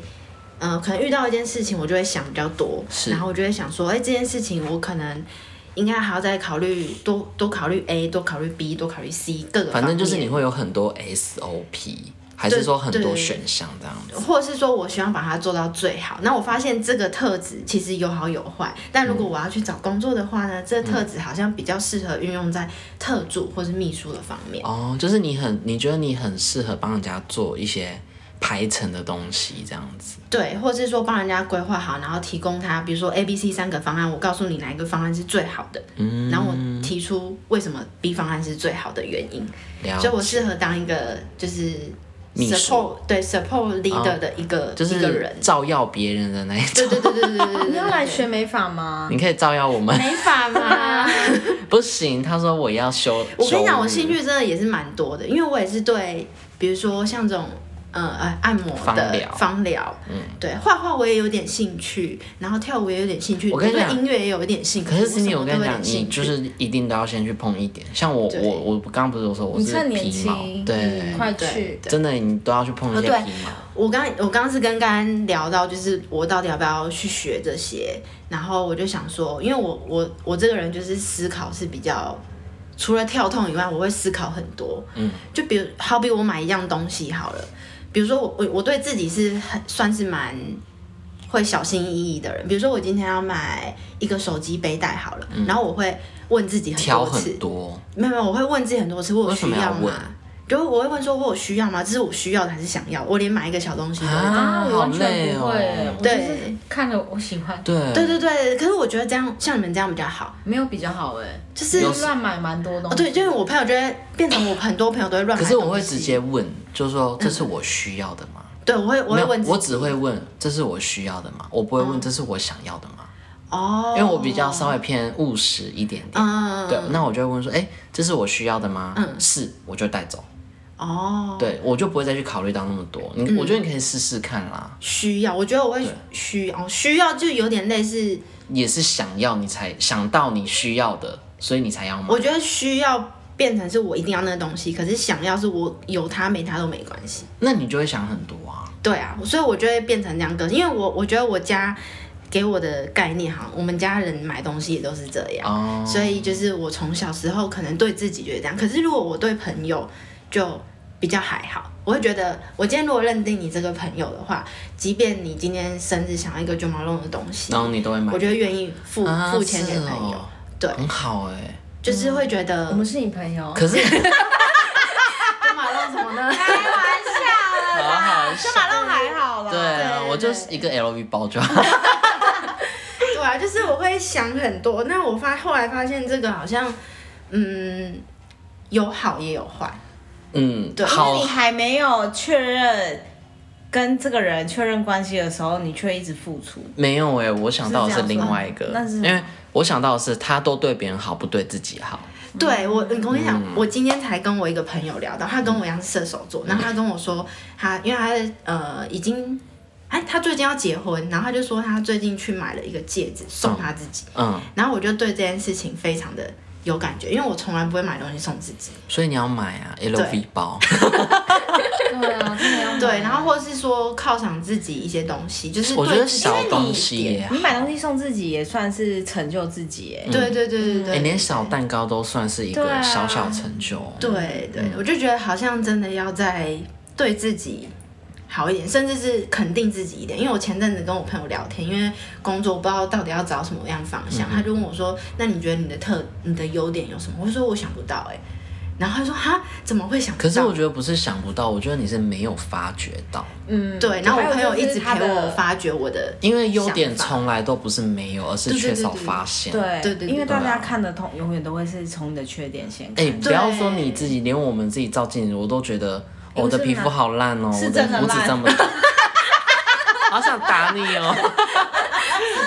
Speaker 3: 呃，可能遇到一件事情，我就会想比较多，
Speaker 1: 是
Speaker 3: 然后我就会想说，哎、这件事情我可能应该还要再考虑多多考虑 A，多考虑 B，多考虑 C 各个方面。
Speaker 1: 反正就是你会有很多 SOP，还是说很
Speaker 3: 对
Speaker 1: 多
Speaker 3: 对
Speaker 1: 选项这样子？
Speaker 3: 或者是说我希望把它做到最好。那我发现这个特质其实有好有坏，但如果
Speaker 1: 嗯
Speaker 3: 我要去找工作的话呢，这个特质好像比较适合运用在特助或是秘书的方面。
Speaker 1: 哦，就是你很，你觉得你很适合帮人家做一些排程的东西这样子。
Speaker 3: 对，或是说帮人家规划好，然后提供他，比如说 A、B、C 三个方案，我告诉你哪一个方案是最好的，
Speaker 1: 嗯，
Speaker 3: 然后我提出为什么 B 方案是最好的原因，
Speaker 1: 了
Speaker 3: 所以
Speaker 1: 解，
Speaker 3: 我适合当一个就是
Speaker 1: 秘书啊
Speaker 3: support 对 support leader 的一个、
Speaker 1: 就
Speaker 3: 一个
Speaker 1: 是
Speaker 3: 人。
Speaker 1: 照耀别人的那一种。
Speaker 3: 对对对对对对对对，
Speaker 4: 哦你要来学美发 吗？
Speaker 1: 你可以照耀我们，
Speaker 3: 没法嘛。
Speaker 1: 不行。他说我要修，
Speaker 3: 我跟你讲，
Speaker 1: 修
Speaker 3: 我
Speaker 1: 日
Speaker 3: 兴趣真的也是蛮多的，因为我也是对，比如说像这种。呃呃，按摩
Speaker 1: 芳
Speaker 3: 的
Speaker 1: 疗嗯
Speaker 3: 芳疗，对，画画我也有点兴趣，然后跳舞也有点兴趣，
Speaker 1: 我跟你
Speaker 3: 对
Speaker 1: 讲
Speaker 3: 音乐也有一点兴趣。
Speaker 1: 可是
Speaker 3: 什么
Speaker 1: Cindy，我
Speaker 3: 都
Speaker 1: 跟
Speaker 3: 有
Speaker 1: 你
Speaker 3: 点
Speaker 1: 讲，你
Speaker 3: 兴趣
Speaker 1: 就是一定都要先去碰一点。像我，
Speaker 3: 对
Speaker 1: 我，我刚刚不是有说我
Speaker 4: 你
Speaker 1: 是
Speaker 4: 趁年
Speaker 1: 皮毛
Speaker 4: 轻，，嗯
Speaker 1: 对，
Speaker 4: 快
Speaker 3: 对
Speaker 4: 去。
Speaker 1: 真的你都要去碰一些
Speaker 3: 哦对
Speaker 1: 皮毛。
Speaker 3: 我刚我刚刚是跟刚刚聊到，就是我到底要不要去学这些，然后我就想说，因为我我我这个人就是思考是比较，除了跳痛以外，我会思考很多。嗯，就比如好比我买一样东西好了，比如说我我我对自己是很算是蛮会小心翼翼的人，比如说我今天要买一个手机背带好了，然后我会问自己很
Speaker 1: 挑
Speaker 3: 多次
Speaker 1: 很，多，
Speaker 3: 没有没有，我会问自己很多次，我有
Speaker 1: 为什
Speaker 3: 需
Speaker 1: 么要
Speaker 3: 要吗
Speaker 1: 问？
Speaker 3: 就是我会问说，我有需要吗？这是我需要的还是想要？我连买一个小东西都会这样
Speaker 1: 啊
Speaker 4: 我完
Speaker 1: 好累
Speaker 4: 全
Speaker 1: 哦
Speaker 4: 不会耶，我就
Speaker 3: 对
Speaker 4: 是看了我喜欢，
Speaker 1: 对
Speaker 3: 对对对，可是我觉得这样像你们这样比较好，
Speaker 4: 没有比较好哎，
Speaker 3: 就是
Speaker 4: 就乱买蛮多东
Speaker 1: 啊
Speaker 3: 哦
Speaker 4: 西。
Speaker 3: 对，就是我朋友就会变成我很多朋友都会乱买
Speaker 1: 可
Speaker 3: 东西。嗯
Speaker 1: 是我会直接问，就是说这是我需要的吗？
Speaker 3: 对，我会我
Speaker 1: 没
Speaker 3: 会
Speaker 1: 有
Speaker 3: 问，嗯
Speaker 1: 我只会问这是我需要的吗？我不会问这是我想要的吗？
Speaker 3: 哦，
Speaker 1: 因为我比较稍微偏务实一点点。
Speaker 3: 嗯
Speaker 1: 对，那我就会问说，哎，这是我需要的吗？是，我就带走。
Speaker 3: 哦，
Speaker 1: 对我就不会再去考虑到那么多。
Speaker 3: 嗯
Speaker 1: 你、我觉得你可以试试看啦，
Speaker 3: 需要，我觉得我会
Speaker 1: 对
Speaker 3: 需要，需要就有点类似，
Speaker 1: 也是想要你才想到你需要的，所以你才要买。
Speaker 3: 我觉得需要变成是我一定要那个东西，可是想要是我有它没它都没关系。
Speaker 1: 那你就会想很多啊。
Speaker 3: 对啊，所以我就会变成这样个，因为我我觉得我家给我的概念哈，我们家人买东西也都是这样，
Speaker 1: 哦，
Speaker 3: 所以就是我从小时候可能对自己就是这样，可是如果我对朋友就比较还好，我会觉得我今天如果认定你这个朋友的话，即便你今天生日想要一个九毛绒的东西
Speaker 1: 然，后你都会买
Speaker 3: 我。就会愿意付、
Speaker 1: 哦啊
Speaker 3: 付钱给朋友，
Speaker 1: 是哦
Speaker 3: 对
Speaker 1: 很好哎、
Speaker 3: 就是会觉得
Speaker 4: 我们是你朋友，
Speaker 1: 可是
Speaker 3: 九毛绒什么呢？开玩笑
Speaker 1: 好好笑
Speaker 3: 九毛绒还好啦，
Speaker 1: 对啊，
Speaker 3: 对
Speaker 1: 我就是一个 LV 包就好。
Speaker 3: 对啊，就是我会想很多。那我发后来发现这个好像，嗯，有好也有坏。
Speaker 1: 嗯，
Speaker 3: 对
Speaker 4: 因为
Speaker 1: 好
Speaker 4: 你还没有确认跟这个人确认关系的时候，你却一直付出。
Speaker 1: 没有哎、我想到的是另外一个
Speaker 4: 是这样说那，是
Speaker 1: 因为我想到的是他都对别人好，不对自己好。
Speaker 3: 对我，我跟你讲，
Speaker 1: 嗯
Speaker 3: 我今天才跟我一个朋友聊到，他跟我一样是射手座，然后他跟我说他，因为他是呃已经。哎，他最近要结婚，然后他就说他最近去买了一个戒指送他自己，
Speaker 1: 嗯，
Speaker 3: 然后我就对这件事情非常的有感觉，因为我从来不会买东西送自己。
Speaker 1: 所以你要买啊，LV 包。
Speaker 4: 对啊，真的要
Speaker 3: 对，然后或者是说犒赏自己一些东西，就是
Speaker 1: 我觉
Speaker 3: 对
Speaker 1: 得
Speaker 3: 自己
Speaker 1: 小东西也好
Speaker 4: 你买东西送自己也算是成就自己欸耶。
Speaker 3: 对对对对对，
Speaker 1: 哎、连小蛋糕都算是一
Speaker 4: 对啊
Speaker 1: 个小小成就。嗯
Speaker 3: 对对，我就觉得好像真的要再对自己好一点，甚至是肯定自己一点。因为我前阵子跟我朋友聊天，因为工作我不知道到底要找什么样方
Speaker 1: 嗯
Speaker 3: 向，他就问我说：“那你觉得你的特你的优点有什么？”我就说：“我想不到。”哎，然后他说：“哈，怎么会想不到？”
Speaker 1: 可是我觉得不是想不到，我觉得你是没有发觉到，
Speaker 4: 嗯，
Speaker 3: 对，然后我朋友
Speaker 4: 还
Speaker 3: 一
Speaker 4: 有就是
Speaker 3: 直
Speaker 4: 他
Speaker 3: 陪
Speaker 4: 的
Speaker 3: 我发掘我的，
Speaker 1: 因为优点
Speaker 3: 想法
Speaker 1: 从来都不是没有，而是
Speaker 3: 对对
Speaker 1: 缺
Speaker 3: 对
Speaker 1: 少
Speaker 3: 对
Speaker 1: 发现。
Speaker 4: 对
Speaker 3: 对对
Speaker 4: 因为
Speaker 3: 对
Speaker 4: 大家
Speaker 1: 对啊
Speaker 4: 看得通，永远都会是从你的缺点先
Speaker 1: 哎、
Speaker 4: 看。
Speaker 1: 不要说你自己，连我们自己照镜子，我都觉得、哦我的
Speaker 4: 是
Speaker 1: 皮
Speaker 4: 吗
Speaker 1: 肤好烂哦，我
Speaker 4: 是真的
Speaker 1: 胡子
Speaker 4: 烂
Speaker 1: 这 么，好想打你哦，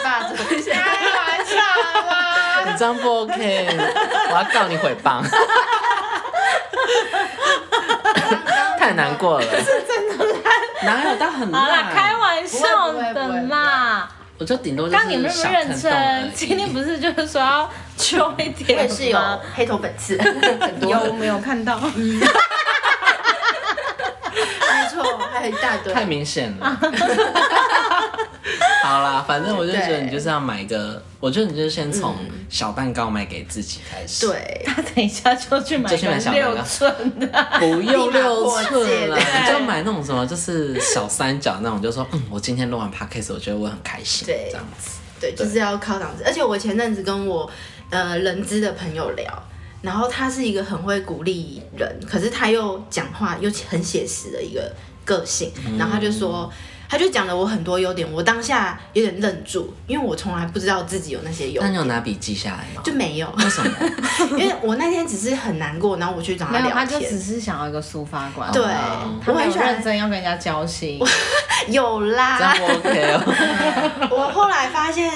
Speaker 3: 爸怎么开玩笑 啦？
Speaker 1: 你这样不 OK，我要告你诽谤，太难过 了，是真的烂，哪有到很
Speaker 4: 好啦，啊开
Speaker 1: 烂？
Speaker 4: 玩笑
Speaker 3: 不会不会不
Speaker 4: 的
Speaker 3: 会
Speaker 4: 啦。
Speaker 1: 我就顶多就
Speaker 4: 刚你
Speaker 1: 是
Speaker 4: 们有没
Speaker 1: 小
Speaker 4: 有
Speaker 1: 疼
Speaker 4: 认
Speaker 1: 痛而
Speaker 4: 真
Speaker 1: 已，
Speaker 4: 今天不是就是说要秋
Speaker 3: 我
Speaker 4: 一
Speaker 3: 也
Speaker 4: 点
Speaker 3: 是有
Speaker 4: 吗？
Speaker 3: 黑头粉 刺，很多，
Speaker 4: 有没有看到？
Speaker 3: 没错，还有一大堆。
Speaker 1: 太明显了。
Speaker 4: 啊
Speaker 1: 好啦，反正我就觉得
Speaker 3: 对
Speaker 1: 你就是要买一个，我觉得你就先从
Speaker 4: 嗯
Speaker 1: 小蛋糕买给自己开始。，
Speaker 3: 对，
Speaker 4: 他等一下就去买
Speaker 1: 就去买
Speaker 4: 个
Speaker 1: 小
Speaker 4: 六
Speaker 1: 蛋糕
Speaker 4: 寸的，
Speaker 1: 不用六
Speaker 3: 立
Speaker 1: 寸
Speaker 3: 马
Speaker 1: 了，
Speaker 3: 过
Speaker 1: 你就买那种什么，就是小三角那种，就说嗯，我今天录完 podcast，我觉得我很开心，
Speaker 3: 对
Speaker 1: 这样子。
Speaker 3: 对，就是要靠嗓子。而且我前阵子跟我呃人资的朋友聊，然后他是一个很会鼓励人，可是他又讲话又很写实的一个个性，然后他就说。他就讲了我很多优点，我当下有点愣住，因为我从来不知道自己有那些优
Speaker 1: 那你
Speaker 3: 点，
Speaker 1: 有拿笔记下来吗？
Speaker 3: 就没有，
Speaker 1: 为什么？
Speaker 3: 因为我那天只是很难过，然后我去找他
Speaker 4: 没有，
Speaker 3: 聊
Speaker 4: 他就只
Speaker 3: 天，
Speaker 4: 是想要一个抒发管道。
Speaker 3: 对，
Speaker 4: 他
Speaker 3: 我
Speaker 4: 没
Speaker 3: 很
Speaker 4: 有
Speaker 3: 喜欢
Speaker 4: 认真要跟人家交心。
Speaker 3: 有啦，
Speaker 1: 这样不 OK 哦。
Speaker 3: 我后来发现，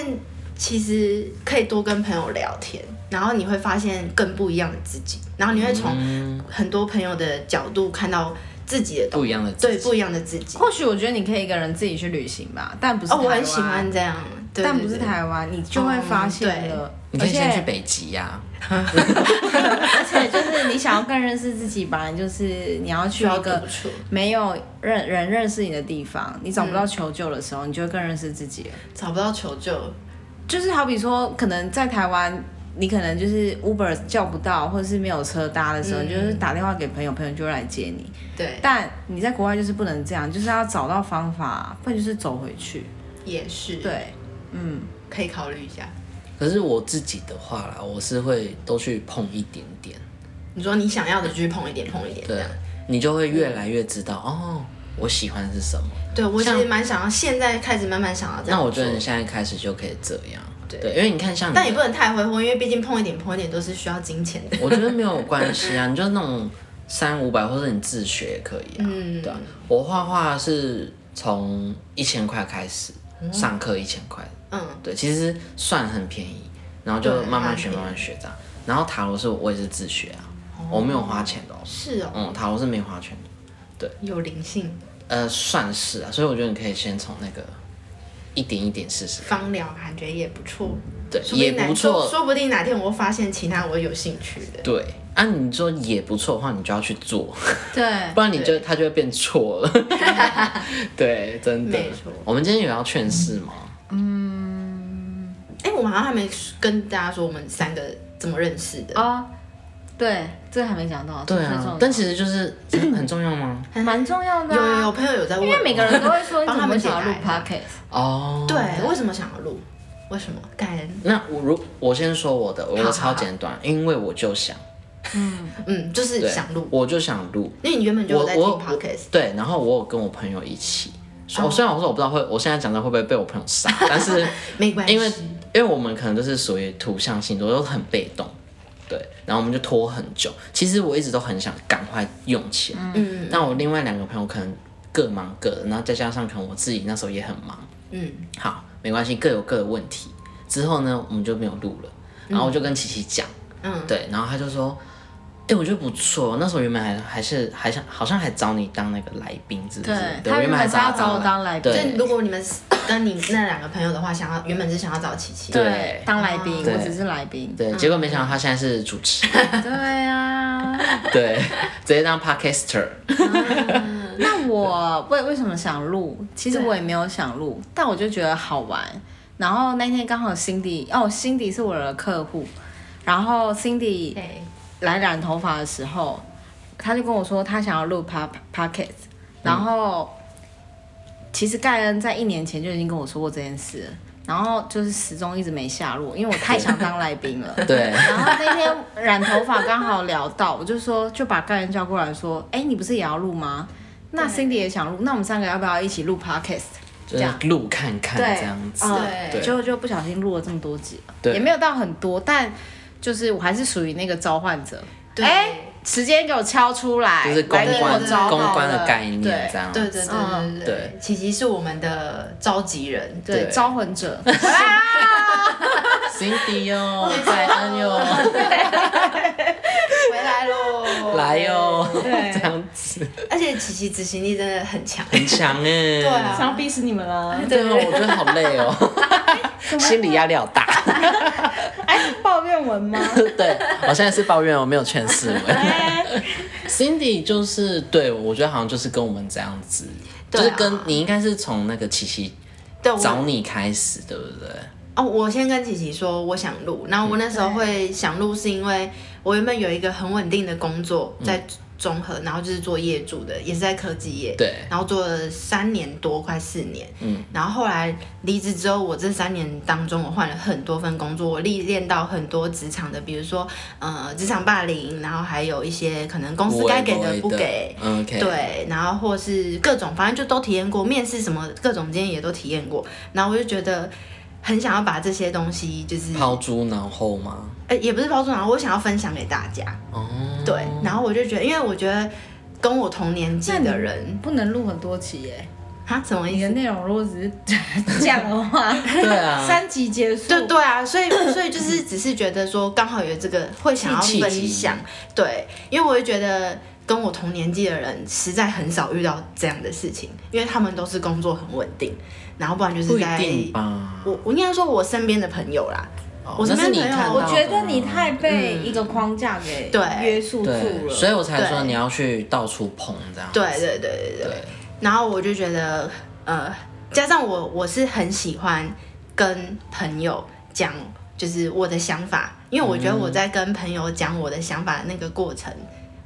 Speaker 3: 其实可以多跟朋友聊天，然后你会发现更不一样的自己，然后你会从
Speaker 1: 嗯，
Speaker 3: 很多朋友的角度看到自己的东
Speaker 1: 不一样的
Speaker 3: 对
Speaker 1: 自己。
Speaker 3: 不一样的自己。
Speaker 4: 或许我觉得你可以一个人自己去旅行吧，但不是
Speaker 3: 哦，我
Speaker 4: 台
Speaker 3: 很
Speaker 4: 湾
Speaker 3: 喜欢这样，对
Speaker 4: 但不是，台湾，你就会发现了。
Speaker 1: 你可
Speaker 4: 而
Speaker 1: 以先去
Speaker 4: 且
Speaker 1: 北极呀、
Speaker 4: 而且就是你想要更认识自己吧，就是你要去
Speaker 3: 需要
Speaker 4: 一
Speaker 3: 独
Speaker 4: 个
Speaker 3: 处。
Speaker 4: 没有认人认识你的地方，你找不到求救的时候，你就会更认识自己了。
Speaker 3: 找不到求救，
Speaker 4: 就是好比说，可能在台湾，你可能就是 Uber 叫不到，或者是没有车搭的时候，
Speaker 3: 嗯
Speaker 4: 你就是打电话给朋友，朋友就会来接你。
Speaker 3: 对，
Speaker 4: 但你在国外就是不能这样，就是要找到方法，不然就是走回去。
Speaker 3: 也是，，
Speaker 4: 对，嗯，
Speaker 3: 可以考虑一下。
Speaker 1: 可是我自己的话啦，我是会都去碰一点点，
Speaker 3: 你说你想要的就去碰一点，碰一点这
Speaker 1: 对
Speaker 3: 样。，
Speaker 1: 你就会越来越知道、哦，我喜欢是什么。
Speaker 3: 对，我其实
Speaker 1: 像
Speaker 3: 蛮想要，现在开始慢慢想要这样。
Speaker 1: 那我觉得你，现在开始就可以这样，
Speaker 3: 对
Speaker 1: 对，因为你看像你的，
Speaker 3: 但也不能太挥霍，因为毕竟碰一点碰一点都是需要金钱的。
Speaker 1: 我觉得没有关系啊，你就那种三五百或者你自学也可以啊。
Speaker 3: 嗯，
Speaker 1: 对啊，我画画是从一千块开始，上课一千块，
Speaker 3: 嗯，
Speaker 1: 对，其实算很便宜，然后就
Speaker 3: 对
Speaker 1: 慢慢学，
Speaker 3: 蛮便宜
Speaker 1: 慢慢学这样。然后塔罗是我也是自学啊，我没有花钱的、哦，
Speaker 3: 是哦，
Speaker 1: 嗯，塔罗是没花钱的，
Speaker 3: 有灵性，
Speaker 1: 呃，算是啊，所以我觉得你可以先从那个一点一点试试，
Speaker 3: 芳疗感觉也不错，
Speaker 1: 对，
Speaker 3: 说
Speaker 1: 也
Speaker 3: 定哪
Speaker 1: 不错
Speaker 3: 说，说不定哪天我会发现其他我有兴趣的。
Speaker 1: 对。啊，你说也不错的话，你就要去做，
Speaker 4: 对，
Speaker 1: 不然你就它就会变错了。 对，真的
Speaker 3: 没错。
Speaker 1: 我们今天有要劝世吗？
Speaker 3: 哎、我们好像还没跟大家说我们三个怎么认识的，
Speaker 4: 哦，对，这个还没讲到，
Speaker 1: 对
Speaker 3: 嗯
Speaker 4: 这最重
Speaker 1: 啊
Speaker 4: 要，
Speaker 1: 但其实就是真的很重要吗？
Speaker 4: 蛮重要的、
Speaker 3: 有
Speaker 4: 啊，
Speaker 3: 有有朋友有在问，
Speaker 4: 因为每个人都 会说你
Speaker 3: 帮
Speaker 4: 怎
Speaker 3: 他
Speaker 4: 么会
Speaker 3: 们解
Speaker 4: 想要录
Speaker 3: 答
Speaker 4: podcast，啊
Speaker 1: 哦，
Speaker 3: 对，为什么想要录？为什么？感恩，
Speaker 1: 那我如我先说我的，我
Speaker 3: 好
Speaker 1: 的
Speaker 3: 好
Speaker 1: 超简短，因为我就想，
Speaker 3: 嗯，就是
Speaker 1: 对，
Speaker 3: 想录，
Speaker 1: 我就想录，
Speaker 3: 因为你原本就
Speaker 1: 我
Speaker 3: 有在听
Speaker 1: 我
Speaker 3: podcast，哦
Speaker 1: 对，然后我有跟我朋友一起，我虽然我说我不知道会，我现在讲到会不会被我朋友杀，但是
Speaker 3: 没关系，
Speaker 1: 因为因为我们可能就是属于土象星座，都很被动，对，然后我们就拖很久。其实我一直都很想赶快用起来，
Speaker 3: 嗯
Speaker 1: 但我另外两个朋友可能各忙各的，然后再加上可能我自己那时候也很忙，
Speaker 3: 嗯，
Speaker 1: 好，没关系，各有各的问题。之后呢，我们就没有录了，
Speaker 4: 嗯
Speaker 1: 然后我就跟琪琪讲，
Speaker 3: 嗯，
Speaker 1: 对，然后他就说，哎、我觉得不错，那时候原本还还是还想，好像还找你当那个来宾，是不是？
Speaker 4: 对
Speaker 1: 对，
Speaker 4: 他
Speaker 1: 我原本还
Speaker 4: 原本是
Speaker 1: 他
Speaker 4: 要找我
Speaker 1: 来
Speaker 4: 当来宾
Speaker 3: 所以
Speaker 1: 对
Speaker 3: 如果你们是跟你那两个朋友的话，想要原本是想要找琪琪，
Speaker 1: 对
Speaker 4: 当来宾，
Speaker 1: 对
Speaker 4: 我只是来宾，
Speaker 1: 对，结果没想到他现在是主持人，
Speaker 4: 对啊。
Speaker 1: 对，直接当 podcaster，
Speaker 4: 那我为为什么想录？其实
Speaker 3: 对
Speaker 4: 我也没有想录，但我就觉得好玩。然后那天刚好 Cindy 哦，Cindy 是我的客户，然后 Cindy
Speaker 3: 对，
Speaker 4: 来染头发的时候，他就跟我说他想要录 p o c a s t 然后、其实盖恩在一年前就已经跟我说过这件事了，然后就是始终一直没下落，因为我太想当来宾了。
Speaker 1: 对，
Speaker 4: 然后那天染头发刚好聊到，我就说就把盖人叫过来说，哎、你不是也要录吗？那 Cindy 也想录，那我们三个要不要一起录 podcast？
Speaker 1: 就
Speaker 4: 这
Speaker 1: 是
Speaker 4: 样
Speaker 1: 录看看
Speaker 4: 对
Speaker 1: 这样子，
Speaker 4: 嗯
Speaker 1: 对
Speaker 4: 结果就不小心录了这么多集了，
Speaker 1: 对
Speaker 4: 也没有到很多，但就是我还是属于那个召唤者，
Speaker 3: 对
Speaker 4: 哎时间给我敲出来，
Speaker 1: 就是公
Speaker 4: 来给
Speaker 1: 关
Speaker 4: 我召
Speaker 1: 公
Speaker 4: 到
Speaker 1: 关
Speaker 4: 了
Speaker 1: 的概念
Speaker 4: 对
Speaker 1: 这样，
Speaker 3: 对对对对对
Speaker 1: 嗯对
Speaker 3: 对，琪琪是我们的召集人，
Speaker 4: 对
Speaker 1: 对
Speaker 4: 招魂者，
Speaker 1: ，Cindy 哦哟，戴恩哟，
Speaker 3: 回来喽，
Speaker 1: 来哟，
Speaker 4: 对
Speaker 1: 这样子
Speaker 3: 而且琪琪执行力真的很强，
Speaker 1: 很强哎，对
Speaker 3: 啊
Speaker 4: 想逼死你们了，
Speaker 1: 对啊，我觉得好累哦，心理压力好大，
Speaker 4: 哎，抱怨文吗？
Speaker 1: 对我现在是抱怨我没有劝世 文。Cindy 就是对我觉得好像就是跟我们这样子，就
Speaker 3: 对啊
Speaker 1: 是跟你应该是从那个琪琪
Speaker 3: 对，我
Speaker 1: 找你开始，对不对？
Speaker 3: 哦，我先跟琪琪说我想录，然后我那
Speaker 1: 嗯
Speaker 3: 时候会想录是因为我原本有一个很稳定的工作
Speaker 1: 嗯
Speaker 3: 在中和，然后就是做业主的，也是在科技业，
Speaker 1: 对
Speaker 3: 然后做了三年多，快四年，嗯，然后后来离职之后，我这三年当中我换了很多份工作，我历练到很多职场的，比如说呃职场霸凌，然后还有一些可能公司
Speaker 1: 不
Speaker 3: 该
Speaker 1: 会
Speaker 3: 给的
Speaker 1: 会
Speaker 3: 不给，
Speaker 1: 嗯，OK，
Speaker 3: 对，然后或是各种，反正就都体验过，面试什么各种，今天也都体验过。然后我就觉得很想要把这些东西，就是
Speaker 1: 抛诸脑后吗？
Speaker 3: 呃，也不是抛出，然后我想要分享给大家。
Speaker 1: 哦，
Speaker 3: 对，然后我就觉得，因为我觉得跟我同年纪的人，
Speaker 4: 不能录很多集耶，
Speaker 3: 啊，什么意
Speaker 4: 你的
Speaker 3: 思？
Speaker 4: 内容如果只是这样的话，
Speaker 1: 对啊，
Speaker 4: 三集结束，
Speaker 3: 对对啊，所以 所以就是只是觉得说，刚好有这个会想要
Speaker 1: 契
Speaker 3: 分
Speaker 1: 机
Speaker 3: 享，对，因为我就觉得。跟我同年纪的人实在很少遇到这样的事情，因为他们都是工作很稳定，然后不然就是
Speaker 1: 不一
Speaker 3: 在
Speaker 1: 定吧？
Speaker 3: 我我应该说我身边的朋友啦，
Speaker 1: 哦
Speaker 3: 我
Speaker 1: 那
Speaker 3: 身
Speaker 1: 是
Speaker 3: 边
Speaker 1: 你
Speaker 3: 朋友
Speaker 1: 看到
Speaker 4: 我
Speaker 1: 的
Speaker 4: 觉得你
Speaker 1: 吗
Speaker 4: 太被一个框架给
Speaker 3: 对
Speaker 4: 约束住
Speaker 1: 嗯对，
Speaker 4: 了，
Speaker 1: 所以我才说
Speaker 3: 对
Speaker 1: 你要去到处碰这样子。
Speaker 3: 对对对对对。
Speaker 1: 对
Speaker 3: 然后我就觉得，呃，加上我我是很喜欢跟朋友讲，就是我的想法，因为我觉得
Speaker 1: 嗯
Speaker 3: 我在跟朋友讲我的想法的那个过程，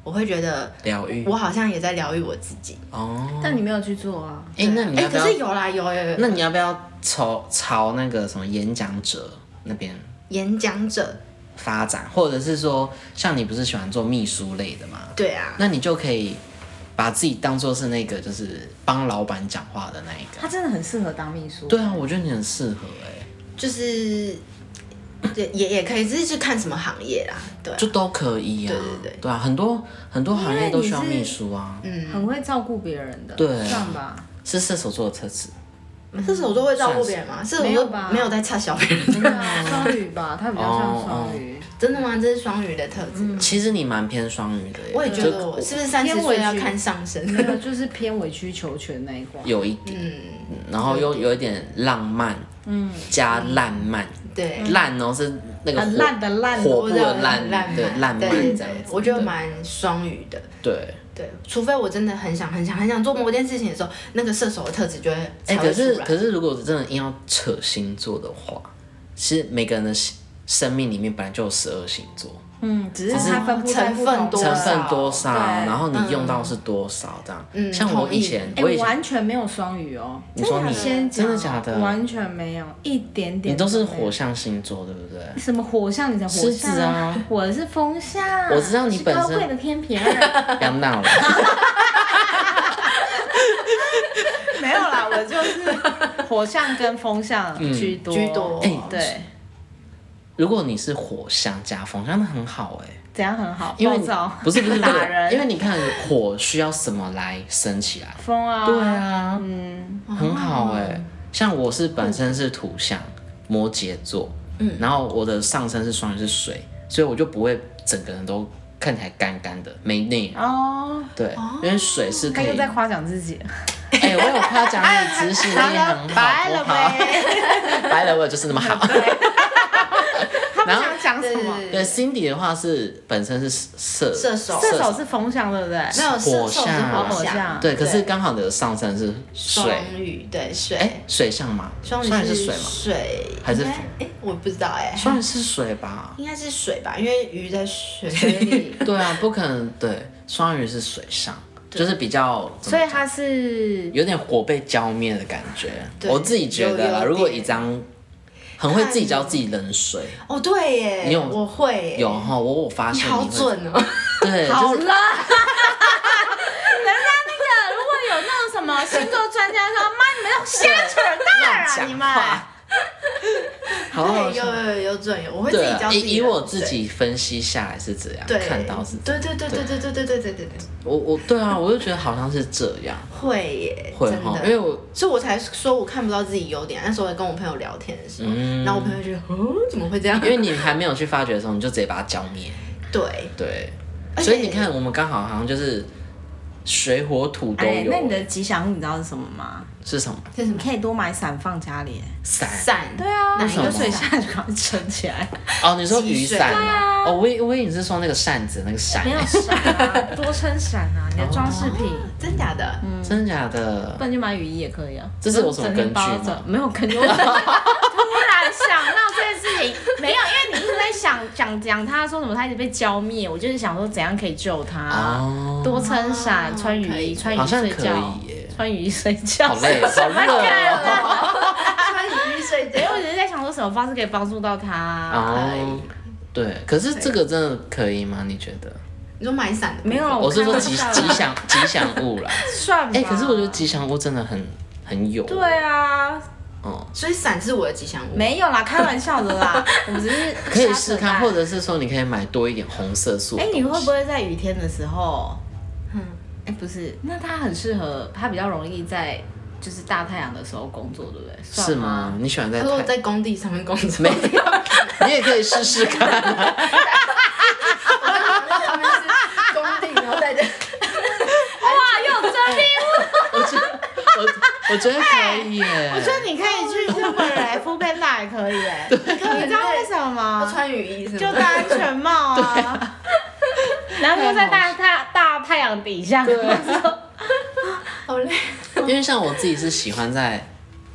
Speaker 3: 我会觉得
Speaker 1: 疗愈
Speaker 3: 我好像也在疗愈我自己。
Speaker 1: 哦。
Speaker 4: 但你没有去做啊。
Speaker 1: 哎，那你
Speaker 3: 哎、
Speaker 1: 要不
Speaker 3: 可
Speaker 1: 要？
Speaker 3: 是有啦有有有
Speaker 1: 那你要不要朝朝那个什么演讲者那边
Speaker 3: 演讲者，
Speaker 1: 发展，或者是说，像你不是喜欢做秘书类的吗？
Speaker 3: 对啊，
Speaker 1: 那你就可以把自己当做是那个就是帮老板讲话的那一
Speaker 4: 他
Speaker 1: 个。
Speaker 4: 真的很适合当秘书，
Speaker 1: 对啊，我觉得你很适合哎、
Speaker 3: 就是也也也可以，只是就看什么行业啦，对啊，
Speaker 1: 就都可以啊。
Speaker 3: 对对对
Speaker 1: 啊，很多很多行业都需要
Speaker 4: 因为
Speaker 1: 秘
Speaker 4: 你是
Speaker 1: 书啊，
Speaker 3: 嗯，
Speaker 4: 很会照顾别人的，
Speaker 1: 对
Speaker 4: 这样吧。
Speaker 1: 是射手座的特质。
Speaker 3: 射手座会照顾别人吗？射手
Speaker 4: 没
Speaker 3: 座
Speaker 4: 有吧
Speaker 3: 没有在差小别人，
Speaker 4: 真的啊双鱼吧，他比较像双
Speaker 1: 哦
Speaker 4: 鱼，
Speaker 3: 真的吗？这是双鱼的特质吗。
Speaker 1: 其实你蛮偏双鱼的耶，
Speaker 3: 我也觉得
Speaker 1: 就
Speaker 3: 我是不是三十岁要看上
Speaker 4: 没
Speaker 3: 身？
Speaker 4: 有就是偏委曲求全那一块。
Speaker 1: 有一点，
Speaker 3: 嗯，
Speaker 1: 然后又有一点浪漫，嗯，加烂漫，
Speaker 3: 对，
Speaker 1: 烂哦是那个
Speaker 4: 很
Speaker 1: 火
Speaker 4: 啊烂的烂的
Speaker 1: 火
Speaker 3: 我
Speaker 1: 部
Speaker 3: 知道
Speaker 1: 的烂，
Speaker 3: 烂
Speaker 1: 对烂漫
Speaker 3: 对
Speaker 1: 这样子，
Speaker 3: 我觉得蛮双鱼的。
Speaker 1: 对。
Speaker 3: 对，除非我真的很想、很想、很想做某件事情的时候，那个射手的特质就会
Speaker 1: 哎、
Speaker 3: 才会
Speaker 1: 可
Speaker 3: 出
Speaker 1: 是
Speaker 3: 来。
Speaker 1: 可是如果真的硬要扯星座的话，其实每个人的生生命里面本来就有十二星座，
Speaker 4: 嗯，只是它分布在不
Speaker 3: 成分
Speaker 4: 同
Speaker 3: 多
Speaker 1: 成
Speaker 3: 少
Speaker 1: 分多少，
Speaker 4: 对
Speaker 1: 然后你用到是多少这样。
Speaker 3: 嗯
Speaker 1: 像我
Speaker 3: 同意
Speaker 1: 以前，
Speaker 4: 哎、
Speaker 1: 我以前
Speaker 4: 完全没有双鱼哦。
Speaker 1: 你说你
Speaker 4: 先讲
Speaker 1: 真的假的？
Speaker 4: 完全没有，一点点。
Speaker 1: 你都是火。象星座对不 对？
Speaker 4: 什么火象？你才火
Speaker 1: 狮子
Speaker 4: 象
Speaker 1: 啊！
Speaker 4: 我是风象。
Speaker 1: 我知道你
Speaker 4: 是
Speaker 1: 本身
Speaker 4: 高贵的天平啊 儿。
Speaker 1: 不要闹了，
Speaker 4: 没有啦，我就是火象跟风象啊
Speaker 1: 嗯
Speaker 4: 居多。
Speaker 3: 居多
Speaker 1: 哎
Speaker 4: 对，
Speaker 1: 如果你是火象加风象，那很好哎、
Speaker 4: 怎样很好？
Speaker 1: 因为
Speaker 4: 暴躁
Speaker 1: 不是不是不
Speaker 4: 打
Speaker 1: 是，
Speaker 4: 人，
Speaker 1: 因为你看火需要什么来升起来？
Speaker 4: 风啊。
Speaker 1: 对啊，
Speaker 4: 嗯，
Speaker 1: 很好哎、像我是本身是土象，摩羯座，嗯，然后我的上身是双鱼是水，所以我就不会整个人都看起来干干的，没内涵。
Speaker 4: 哦，
Speaker 1: 对，因为水是可
Speaker 4: 他
Speaker 1: 以
Speaker 4: 又。在夸奖自己。
Speaker 1: 哎、我有夸奖 你执行力很好，
Speaker 4: 白了
Speaker 1: 不好？
Speaker 4: 呗，
Speaker 1: 白了我就是那么好。
Speaker 4: 他 不
Speaker 1: 然后
Speaker 4: 想讲什
Speaker 3: 对
Speaker 4: 么。
Speaker 3: 对对
Speaker 1: 对，Cindy 呃的话是本身是射
Speaker 3: 射手
Speaker 4: 射手是风象，对不对？
Speaker 3: 没有射手是
Speaker 1: 火啊
Speaker 3: 火
Speaker 4: 象
Speaker 1: 对，可是
Speaker 3: 对
Speaker 1: 刚好你的上身是水，
Speaker 3: 双鱼对水，
Speaker 1: 哎、水象嘛，
Speaker 3: 双
Speaker 1: 鱼是
Speaker 3: 是
Speaker 1: 水嘛，
Speaker 3: 水
Speaker 1: 还是
Speaker 3: 应该哎，我不知道哎，
Speaker 1: 双鱼是水吧？
Speaker 3: 应该是水吧，因为鱼在 水里。
Speaker 1: 对啊，不可能。对，双鱼是水上，就是比较，怎么
Speaker 4: 所以
Speaker 1: 讲
Speaker 4: 他是
Speaker 1: 有点火被浇灭的感觉。
Speaker 3: 对
Speaker 1: 我自己觉得啦，
Speaker 3: 有有
Speaker 1: 如果
Speaker 3: 点
Speaker 1: 一张很会自己浇
Speaker 3: 看
Speaker 1: 自己冷水，
Speaker 3: 哦，对耶，
Speaker 1: 你有
Speaker 3: 我会耶
Speaker 1: 有哈，我我发
Speaker 3: 你
Speaker 1: 现
Speaker 3: 好
Speaker 1: 会，
Speaker 3: 准哦，
Speaker 1: 对，
Speaker 4: 好
Speaker 1: 就是
Speaker 4: 了。人家 那个如果有那种什么星座专家说，妈你们要瞎扯淡啊，你
Speaker 1: 讲
Speaker 4: 们
Speaker 1: 话，好好
Speaker 3: 对，
Speaker 1: 笑。
Speaker 3: 哎有有有有准有，我会自
Speaker 1: 哦对
Speaker 3: 己教
Speaker 1: 啊，
Speaker 3: 自己
Speaker 1: 以以我
Speaker 3: 的
Speaker 1: 自己分析下来是这样，
Speaker 3: 对
Speaker 1: 看到是这样，
Speaker 3: 对对对对对对对对对对对，
Speaker 1: 我我对啊，我就觉得好像是这样，
Speaker 3: 会耶，
Speaker 1: 会
Speaker 3: 真
Speaker 1: 哈，
Speaker 3: 的
Speaker 1: 因为我
Speaker 3: 所以我才说我看不到自己优点。那时候我跟我朋友聊天的时候，然后我朋友就觉得，哦，怎么会这样？
Speaker 1: 嗯因为你还没有去发掘的时候，你就直接把它浇灭，
Speaker 3: 对，
Speaker 1: 对，
Speaker 3: 而且
Speaker 1: 所以你看，我们刚好好像就是水火土都
Speaker 4: 哎，
Speaker 1: 有，
Speaker 4: 那你的吉祥物你知道是什么吗？
Speaker 1: 是什么
Speaker 3: 这是什
Speaker 4: 你
Speaker 3: 么
Speaker 4: 可以多买伞放家里。
Speaker 1: 伞？
Speaker 3: 伞？对
Speaker 4: 对啊，
Speaker 3: 哪
Speaker 4: 那
Speaker 3: 一
Speaker 1: 个
Speaker 4: 个
Speaker 1: 水
Speaker 4: 水
Speaker 3: 伞
Speaker 4: 下就把它撑起来。
Speaker 1: 哦，你说
Speaker 3: 积
Speaker 1: 雨
Speaker 3: 水
Speaker 1: 伞哦？哦，我以我以为你是说那个扇子那个扇
Speaker 4: 啊没，有伞啊，多撑伞啊，你的装饰品。
Speaker 3: 真假的？
Speaker 4: 嗯
Speaker 1: 真的假的
Speaker 4: 不？然就买雨衣也可以啊。
Speaker 1: 这是有什么根据吗
Speaker 4: 整天包着没 有根据。我突然想到这件事情，没有，因为你一直在想讲讲他说什么，他一直被浇灭。我就是想说怎样可以救他，
Speaker 1: 哦，
Speaker 4: 多撑伞，
Speaker 3: 哦
Speaker 4: 穿雨
Speaker 3: 可
Speaker 4: 衣，
Speaker 3: 以
Speaker 4: 穿雨
Speaker 1: 好
Speaker 4: 衣
Speaker 1: 像
Speaker 4: 睡
Speaker 1: 可
Speaker 4: 觉
Speaker 1: 以，耶，
Speaker 4: 穿雨衣睡觉。
Speaker 1: 好累，哦
Speaker 4: 什
Speaker 1: 好
Speaker 4: 么
Speaker 1: 热
Speaker 4: 梗？
Speaker 1: 哦。
Speaker 3: 穿雨衣睡
Speaker 4: 因为
Speaker 3: 觉
Speaker 4: 我只是在想说什么方式可以帮助到他。
Speaker 1: 哦，对，可是这个真的可以吗？你觉得？
Speaker 3: 你说买伞的部分
Speaker 4: 没有啊，
Speaker 1: 我是说
Speaker 4: 看
Speaker 1: 吉
Speaker 4: 不到
Speaker 1: 吉祥吉祥物 啦。
Speaker 4: 算吧。
Speaker 1: 哎，可是我觉得吉祥物真的很很有，
Speaker 4: 对啊，
Speaker 1: 哦，
Speaker 3: 所以伞是我的吉祥物。
Speaker 4: 没有啦，开玩笑的啦，我们只是
Speaker 1: 可以
Speaker 4: 瞎
Speaker 1: 试
Speaker 4: 扯
Speaker 1: 看，
Speaker 4: 淡
Speaker 1: 或者是说你可以买多一点红色素。
Speaker 4: 哎、你会不？会在雨天的时候？
Speaker 3: 嗯
Speaker 4: 嗯，哎、不是，那它很适合，它比较容易在就是大太阳的时候工作，对不对？
Speaker 1: 是
Speaker 4: 算
Speaker 1: 吗？？你喜欢在
Speaker 3: 他说我
Speaker 1: 太？
Speaker 3: 在工地上面工作，
Speaker 1: 没有，你也可以试试看。
Speaker 3: 工地，然后在这。
Speaker 4: 哇，又真力！
Speaker 1: 我觉得我我觉得可以耶。
Speaker 4: 我觉得你可以去日本 来敷贝娜也可以 哎、你知道为什么
Speaker 3: 我
Speaker 4: 吗？
Speaker 3: 穿雨衣是吗？
Speaker 4: 就戴安全帽啊，然后又在大大大太阳底下，
Speaker 3: 好累。
Speaker 1: 因为像我自己是喜欢在，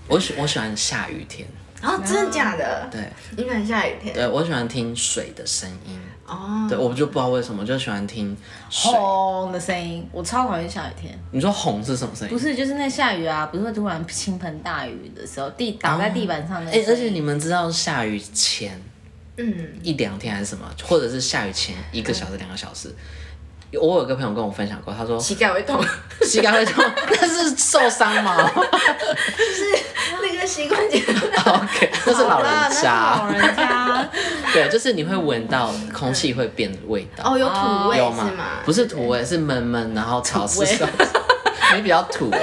Speaker 1: 我喜我喜欢下雨天，
Speaker 3: 然后真的假的？
Speaker 1: 对
Speaker 3: 你看下雨天
Speaker 1: 啊对，我喜欢听水的声音，
Speaker 3: 哦，
Speaker 1: 对，我就不知道为什么就喜欢听水。
Speaker 4: 轰的声音，我超讨厌下雨天。
Speaker 1: 你说红是什么声音
Speaker 4: 不？是，就是那下雨啊，不是会突然倾盆大雨的时候，地打在地板上的。
Speaker 1: 哎、而且你们知道下雨前
Speaker 3: 嗯，
Speaker 1: 一两天还是什么，或者是下雨前一个小时、两个小时。我有个朋友跟我分享过，他说
Speaker 3: 膝盖会 痛，
Speaker 1: 膝盖会痛， 那是受伤吗哦
Speaker 3: 就是那个膝关节。
Speaker 1: ？OK，那是老
Speaker 4: 啊那
Speaker 1: 人
Speaker 4: 是
Speaker 1: 家
Speaker 4: 老。人家。啊
Speaker 1: 对，就是你会闻到空气会变味道，
Speaker 3: 哦，有土味
Speaker 1: 有
Speaker 3: 是吗？
Speaker 1: 不是土味，是闷闷，欸然后潮湿。你比较土哎，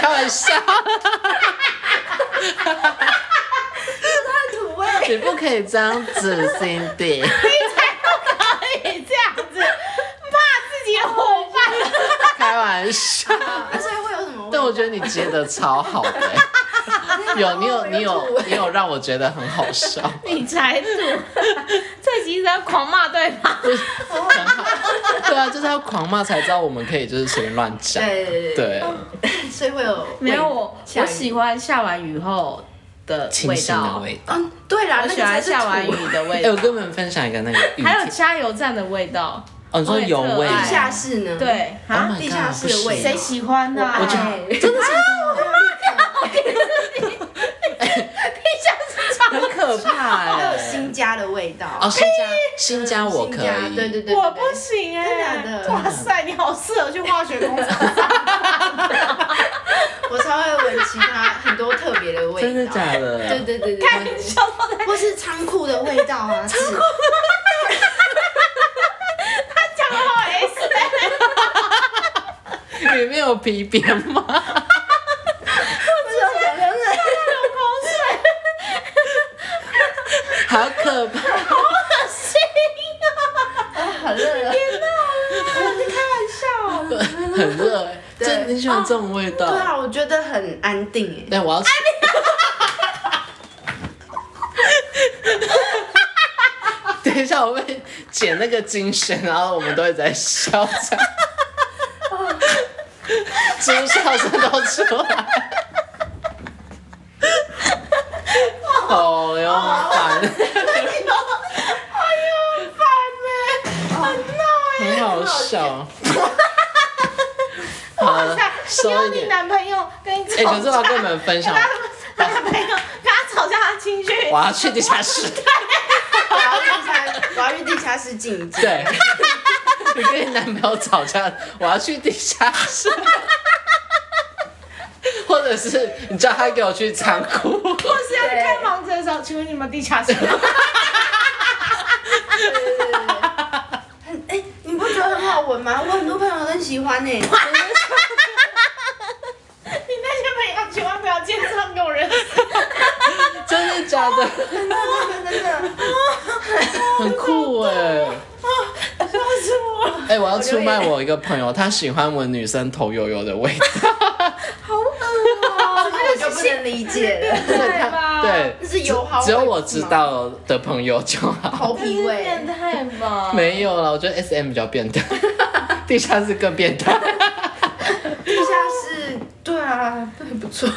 Speaker 1: 开玩笑。
Speaker 3: 土味。
Speaker 1: 你不可以这样子，Cindy。
Speaker 4: 自己的伙伴，
Speaker 1: 开玩笑，
Speaker 3: 啊所以会有什么味道？啊
Speaker 1: 但我觉得你接的超好的欸、有你有
Speaker 3: 哦
Speaker 1: 你有你有让我觉得很好笑，
Speaker 2: 你才 土，这集是在狂骂对方。
Speaker 1: 很好。对啊，就是要狂骂才知道我们可以就是随便乱讲。
Speaker 3: 对对对
Speaker 1: 对，
Speaker 3: 对，所以会有
Speaker 4: 没有我，
Speaker 3: 下雨
Speaker 4: 我喜欢下完雨后的
Speaker 1: 清
Speaker 4: 味
Speaker 1: 新的
Speaker 4: 道，
Speaker 1: 味道。
Speaker 3: 嗯，对啦，
Speaker 4: 我
Speaker 3: 那
Speaker 4: 喜
Speaker 3: 个才
Speaker 4: 欢
Speaker 3: 是
Speaker 4: 下完雨
Speaker 3: 土
Speaker 4: 的
Speaker 1: 哎、
Speaker 4: 味道
Speaker 1: 我，跟你们分享一个那个雨
Speaker 4: 啊 还有
Speaker 1: 天，
Speaker 4: 加油站的味道，
Speaker 3: 嗯
Speaker 1: 哦，你说
Speaker 4: 我也
Speaker 1: 油
Speaker 4: 热
Speaker 1: 味，
Speaker 4: 爱
Speaker 3: 地下室呢？
Speaker 4: 对
Speaker 1: Oh
Speaker 4: 啊，
Speaker 1: my
Speaker 3: 地下
Speaker 1: God，
Speaker 3: 室的
Speaker 1: 不
Speaker 3: 味
Speaker 1: 行
Speaker 3: 道
Speaker 4: 谁喜欢呢、
Speaker 3: 哦我觉得
Speaker 4: 哎
Speaker 1: 真的
Speaker 3: 啊
Speaker 1: 是哦
Speaker 4: 很可怕、
Speaker 3: 还有
Speaker 4: 哎
Speaker 3: 新家的味道。
Speaker 1: 哦，新家新家我可
Speaker 3: 新家对对
Speaker 1: 以，
Speaker 3: 对对，
Speaker 4: 我不
Speaker 3: 对
Speaker 4: 行哎、
Speaker 3: 真的假的
Speaker 4: 哇塞，你好适合去化学工厂，
Speaker 3: 我超会闻其他很多特别的味道。
Speaker 1: 真的假的？
Speaker 3: 对对对对对，
Speaker 4: 笑到在
Speaker 3: 或是仓库的味道啊，仓库
Speaker 4: 讲好 S，
Speaker 1: 里面有皮鞭吗？ 好可怕！
Speaker 3: 很热，
Speaker 1: 很热、欸，
Speaker 3: 对
Speaker 1: 这你喜欢这种味道？
Speaker 3: 对啊，我觉得很安 定哎。
Speaker 1: 但我要吃。等一下，我会剪那个金声，然后我们都会在笑场，金笑声都出来。哦哟，烦，
Speaker 3: 哦
Speaker 1: 很好笑。好了，收一
Speaker 4: 你
Speaker 1: 点。
Speaker 4: 男朋 友跟你
Speaker 1: 哎、
Speaker 4: 吵
Speaker 1: 可是我
Speaker 4: 架，
Speaker 1: 要跟你们分享，
Speaker 4: 他男朋友跟他吵架，他情绪
Speaker 1: 我要去地下室。
Speaker 3: 我要地下，我要去地下室静一静。
Speaker 1: 对， 你跟你男朋友吵架，我要去地下室， 或者是你叫他给我去仓库，
Speaker 4: 或是要去看房子的时候，请问 你们地下室吗？
Speaker 3: 很哎，你不觉得很好闻吗？我很多朋友都很喜欢哎。
Speaker 4: 你那些朋友千万不要介绍给我 认识，
Speaker 1: 真的假的？
Speaker 3: 真的真的，
Speaker 1: 很酷哎、
Speaker 4: 笑死我，
Speaker 1: 哎、我要出卖我一个朋友，他喜欢闻女生头油油的味道，
Speaker 4: 好恶哦、
Speaker 3: 那我就不能理解了。
Speaker 1: 对
Speaker 4: 对吧
Speaker 1: 他 对，
Speaker 3: 那是油耗，
Speaker 1: 只有我知，道的朋友就好，
Speaker 3: 头皮味。
Speaker 4: 变态吧？
Speaker 1: 没有了，我觉得 S M 比较变态， 地下室更变态。
Speaker 3: 地下室，对啊，很不错。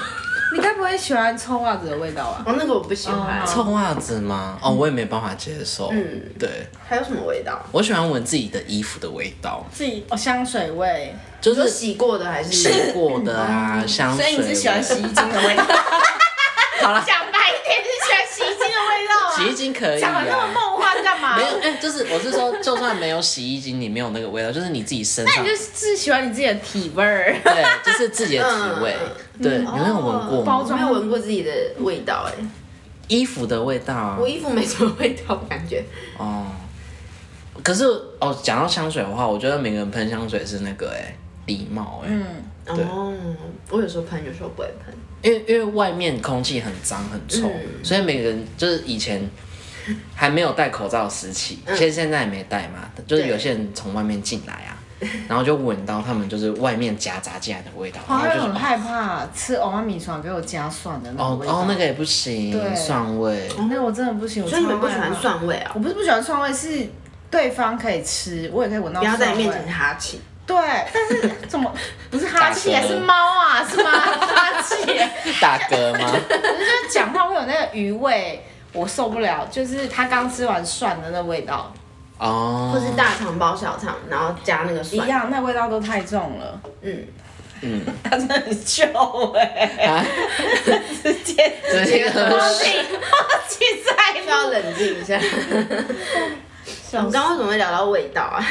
Speaker 4: 你该不会喜欢臭袜子的味道吧？啊
Speaker 3: 哦，那个我不喜欢。
Speaker 4: 哦
Speaker 1: 臭袜子吗？哦，我也没办法接受。嗯，对。
Speaker 3: 还有什么味道？
Speaker 1: 我喜欢闻自己的衣服的味道，
Speaker 4: 自己哦，香水味，
Speaker 1: 就
Speaker 3: 有
Speaker 1: 是
Speaker 3: 洗过的还是？
Speaker 1: 洗过的啊，香水
Speaker 4: 嗯所
Speaker 1: 味。
Speaker 4: 以你是喜欢洗衣精的味道。 好了，讲白一点，是喜欢洗衣精的味道
Speaker 1: 洗
Speaker 4: 啊。
Speaker 1: 衣精可以
Speaker 4: 讲的那么
Speaker 1: 啊。
Speaker 4: 梦幻干嘛？
Speaker 1: 没有，哎、就是我是说，就算没有洗衣精，里面有那个味道，就是你自己身
Speaker 4: 那
Speaker 1: 上
Speaker 4: 你，就是自喜欢你自己的体味儿。
Speaker 1: 对，就是自己的体味。对，你们有闻过
Speaker 3: 哦我
Speaker 1: 吗
Speaker 4: 嗯哦包？
Speaker 3: 没有闻过自己的味道哎、
Speaker 1: 衣服的味道啊
Speaker 3: 我。衣服没什么味道，感觉。
Speaker 1: 哦。可是哦，讲到香水的话，我觉得每个人喷香水是那个哎、礼貌哎、
Speaker 4: 嗯，
Speaker 1: 对
Speaker 3: 哦，我有时候喷，有时候不会喷。
Speaker 1: 因为因为外面空气很脏很臭，
Speaker 3: 嗯
Speaker 1: 所以每个人就是以前还没有戴口罩时期，
Speaker 3: 嗯
Speaker 1: 现、现在也没戴嘛，就是
Speaker 3: 对
Speaker 1: 有些人从外面进来啊，然后就闻到他们就是外面夹杂进来的味道，然
Speaker 4: 好
Speaker 1: 后
Speaker 4: 像
Speaker 1: 就
Speaker 4: 有很
Speaker 1: 是
Speaker 4: 害怕吃欧巴米爽给我加蒜的那种
Speaker 1: 哦
Speaker 4: 味道。
Speaker 1: 哦那个也不行，
Speaker 4: 对哦
Speaker 1: 蒜味。
Speaker 4: 那个我真的不行，我
Speaker 3: 所以你们
Speaker 4: 超
Speaker 3: 不
Speaker 4: 害
Speaker 3: 喜欢
Speaker 4: 怕？
Speaker 3: 蒜味啊？
Speaker 4: 我不是不喜欢蒜味，是对方可以吃，我也可以闻到
Speaker 3: 不要
Speaker 4: 蒜
Speaker 3: 在
Speaker 4: 味。
Speaker 3: 你面前哈气。
Speaker 4: 对，但是怎么不是哈气啊？
Speaker 1: 打嗝
Speaker 4: 是猫啊？是吗？哈气啊。
Speaker 1: 打嗝吗？
Speaker 4: 就是讲话会有那个鱼味，我受不了。就是他刚吃完蒜的那味道，
Speaker 1: 哦，
Speaker 3: 或是 大 肠包小肠，然后加那个
Speaker 4: 一
Speaker 3: 蒜，
Speaker 4: 样，那味道都太重了。
Speaker 3: 嗯，
Speaker 1: 嗯，
Speaker 4: 他真的很臭哎、
Speaker 1: 啊，
Speaker 4: 直接
Speaker 1: 直接喝
Speaker 4: 放
Speaker 1: 水哦
Speaker 4: 弃放弃在
Speaker 3: 需要冷静一下。 我们刚刚为什么会聊到味道啊？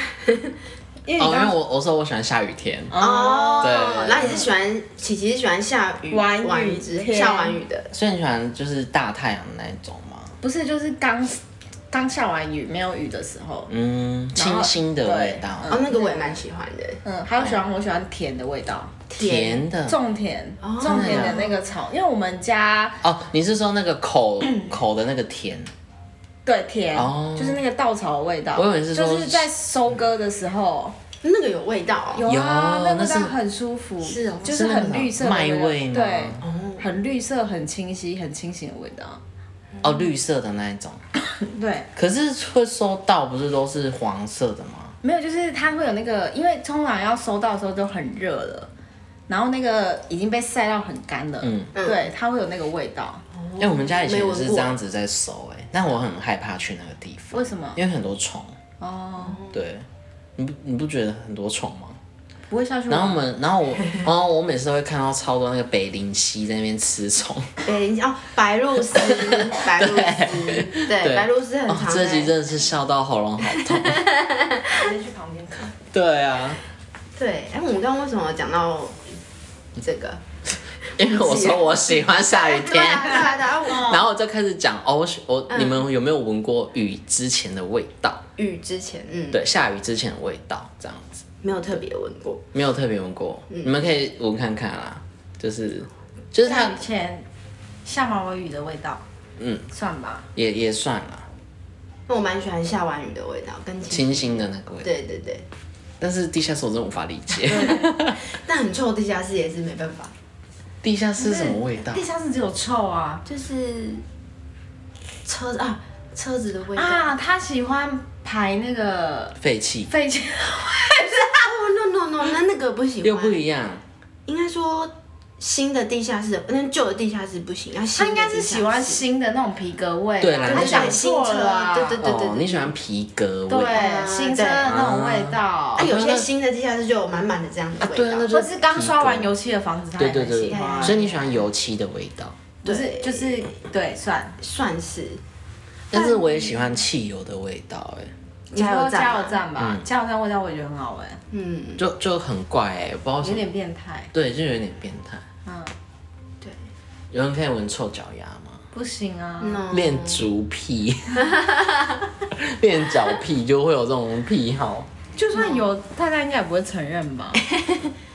Speaker 4: 因
Speaker 1: 哦，
Speaker 4: 为你
Speaker 1: 因为
Speaker 4: 刚
Speaker 1: 我我说我喜欢下雨天，
Speaker 4: 哦，
Speaker 1: 对
Speaker 3: 然后你是喜欢琪琪是喜欢下雨
Speaker 4: 玩雨
Speaker 3: 之
Speaker 4: 天
Speaker 3: 下完雨的，
Speaker 1: 所以你喜欢就是大太阳的那一种吗？
Speaker 4: 不是就是刚刚下完雨没有雨的时候，
Speaker 1: 嗯，清新的味道。
Speaker 3: 哦，
Speaker 4: 对
Speaker 3: 那个我也蛮喜欢的。哦
Speaker 4: 嗯，还有喜欢我喜欢甜的味道，
Speaker 1: 甜的
Speaker 4: 种田，种田的那个草，因为我们家
Speaker 1: 哦，你是说那个 口口的那个甜？
Speaker 4: 对甜
Speaker 1: 哦，
Speaker 4: 就是那个稻草的味道。
Speaker 1: 我以为是说
Speaker 4: 就是在收割的时候，
Speaker 3: 那个有味道、哦。
Speaker 4: 有啊
Speaker 1: 有，
Speaker 4: 那个
Speaker 1: 那是
Speaker 4: 味道很舒服，
Speaker 3: 是哦
Speaker 4: 就是很绿色的
Speaker 1: 是那个麦味吗
Speaker 4: 对
Speaker 1: 哦，
Speaker 4: 很绿色、很清晰、很清醒的味道。
Speaker 1: 哦，绿色的那一种。
Speaker 4: 对，
Speaker 1: 可是会收到不是都是黄色的吗？
Speaker 4: 没有，就是它会有那个，因为通常要收到的时候都很热了，然后那个已经被晒到很干了，
Speaker 1: 嗯
Speaker 4: 对，它会有那个味道。
Speaker 1: 哎、我们家以前
Speaker 3: 没
Speaker 1: 也
Speaker 3: 闻
Speaker 1: 是
Speaker 3: 过
Speaker 1: 这样子在收、哎，但我很害怕去那个地方，
Speaker 4: 为什么？
Speaker 1: 因为很多虫。
Speaker 4: 哦，
Speaker 1: 对，你不你不觉得很多虫吗？
Speaker 4: 不会下去吗。
Speaker 1: 然后我们，然后我，然后我每次都会看到超多那个北林蜥在那边吃虫。
Speaker 3: 北林哦，白 露丝，白露丝，对，白露丝很欸
Speaker 1: 哦
Speaker 3: 常、
Speaker 1: 这集
Speaker 4: 欸
Speaker 3: 在
Speaker 1: 真的是笑到喉咙好 痛。
Speaker 4: 直接去旁边看。
Speaker 1: 对啊，
Speaker 3: 对，哎，我们刚刚为什么讲到这个？
Speaker 1: 因为我说我喜欢下雨
Speaker 3: 对
Speaker 1: 天，
Speaker 3: 啊，对啊，对啊，我
Speaker 1: 然后我就开始讲哦，我喜我、
Speaker 3: 嗯
Speaker 1: 你们有没有闻过雨之前的味道？
Speaker 3: 雨之前，嗯，
Speaker 1: 对，下雨之前的味道这样子，
Speaker 3: 没有特别闻过。
Speaker 1: 没有特别闻过，
Speaker 3: 嗯
Speaker 1: 你们可以闻看看啦，就是就是它
Speaker 4: 以前下毛尾雨的味道，
Speaker 1: 嗯，
Speaker 4: 算吧。
Speaker 1: 也也算啦，
Speaker 3: 那我蛮喜欢下完雨的味道，跟清
Speaker 1: 清新的那个味道，
Speaker 3: 对对对，
Speaker 1: 但是地下室我真的无法理解，
Speaker 3: 但很臭的地下室也是没办法，
Speaker 1: 地下室什么味道？
Speaker 4: 地下室只有臭啊
Speaker 3: 就是车子啊，车子的味道。
Speaker 4: 啊！他喜欢排那个
Speaker 1: 废气
Speaker 4: 废气，
Speaker 3: 哦 no no no，那那个不喜欢，
Speaker 1: 又不一样，
Speaker 3: 应该说新的地下室，那旧的地下室不行，要新的
Speaker 4: 他应
Speaker 3: 地下
Speaker 4: 该
Speaker 3: 室
Speaker 4: 是喜欢新的那种皮革味啊。
Speaker 1: 对啦
Speaker 4: 他
Speaker 1: 对
Speaker 4: 讲
Speaker 3: 对新
Speaker 4: 错
Speaker 3: 车
Speaker 4: 了啊。
Speaker 3: 对对对
Speaker 1: 哦，你喜欢皮革味？
Speaker 4: 对，新车的那种味道
Speaker 3: 啊，。有些新的地下室就有满满的这样的味道。
Speaker 1: 哦对啊那就
Speaker 4: 或是刚刷完油漆的房子，他
Speaker 1: 对
Speaker 4: 也
Speaker 1: 对
Speaker 4: 很
Speaker 1: 对
Speaker 4: 喜
Speaker 1: 对
Speaker 4: 欢。
Speaker 1: 所以你喜欢油漆的味道，
Speaker 4: 不是
Speaker 3: 对
Speaker 4: 就是对，算
Speaker 3: 算是
Speaker 1: 但是我也喜欢汽油的味道、哎。
Speaker 3: 加油
Speaker 4: 你说
Speaker 3: 站
Speaker 4: 加
Speaker 3: 啊
Speaker 4: 油站吧，加油站味道我也觉得很好闻，
Speaker 3: 嗯，
Speaker 1: 就就很怪哎、不知道为什么，
Speaker 4: 有点变态。
Speaker 1: 对，就有点变态。
Speaker 4: 嗯，
Speaker 3: 对，
Speaker 1: 有人可以闻臭脚丫吗？
Speaker 4: 不行啊，
Speaker 3: 那
Speaker 1: 练足癖， 练脚癖就会有这种癖好。
Speaker 4: 就算有，大家应该也不会承认 吧，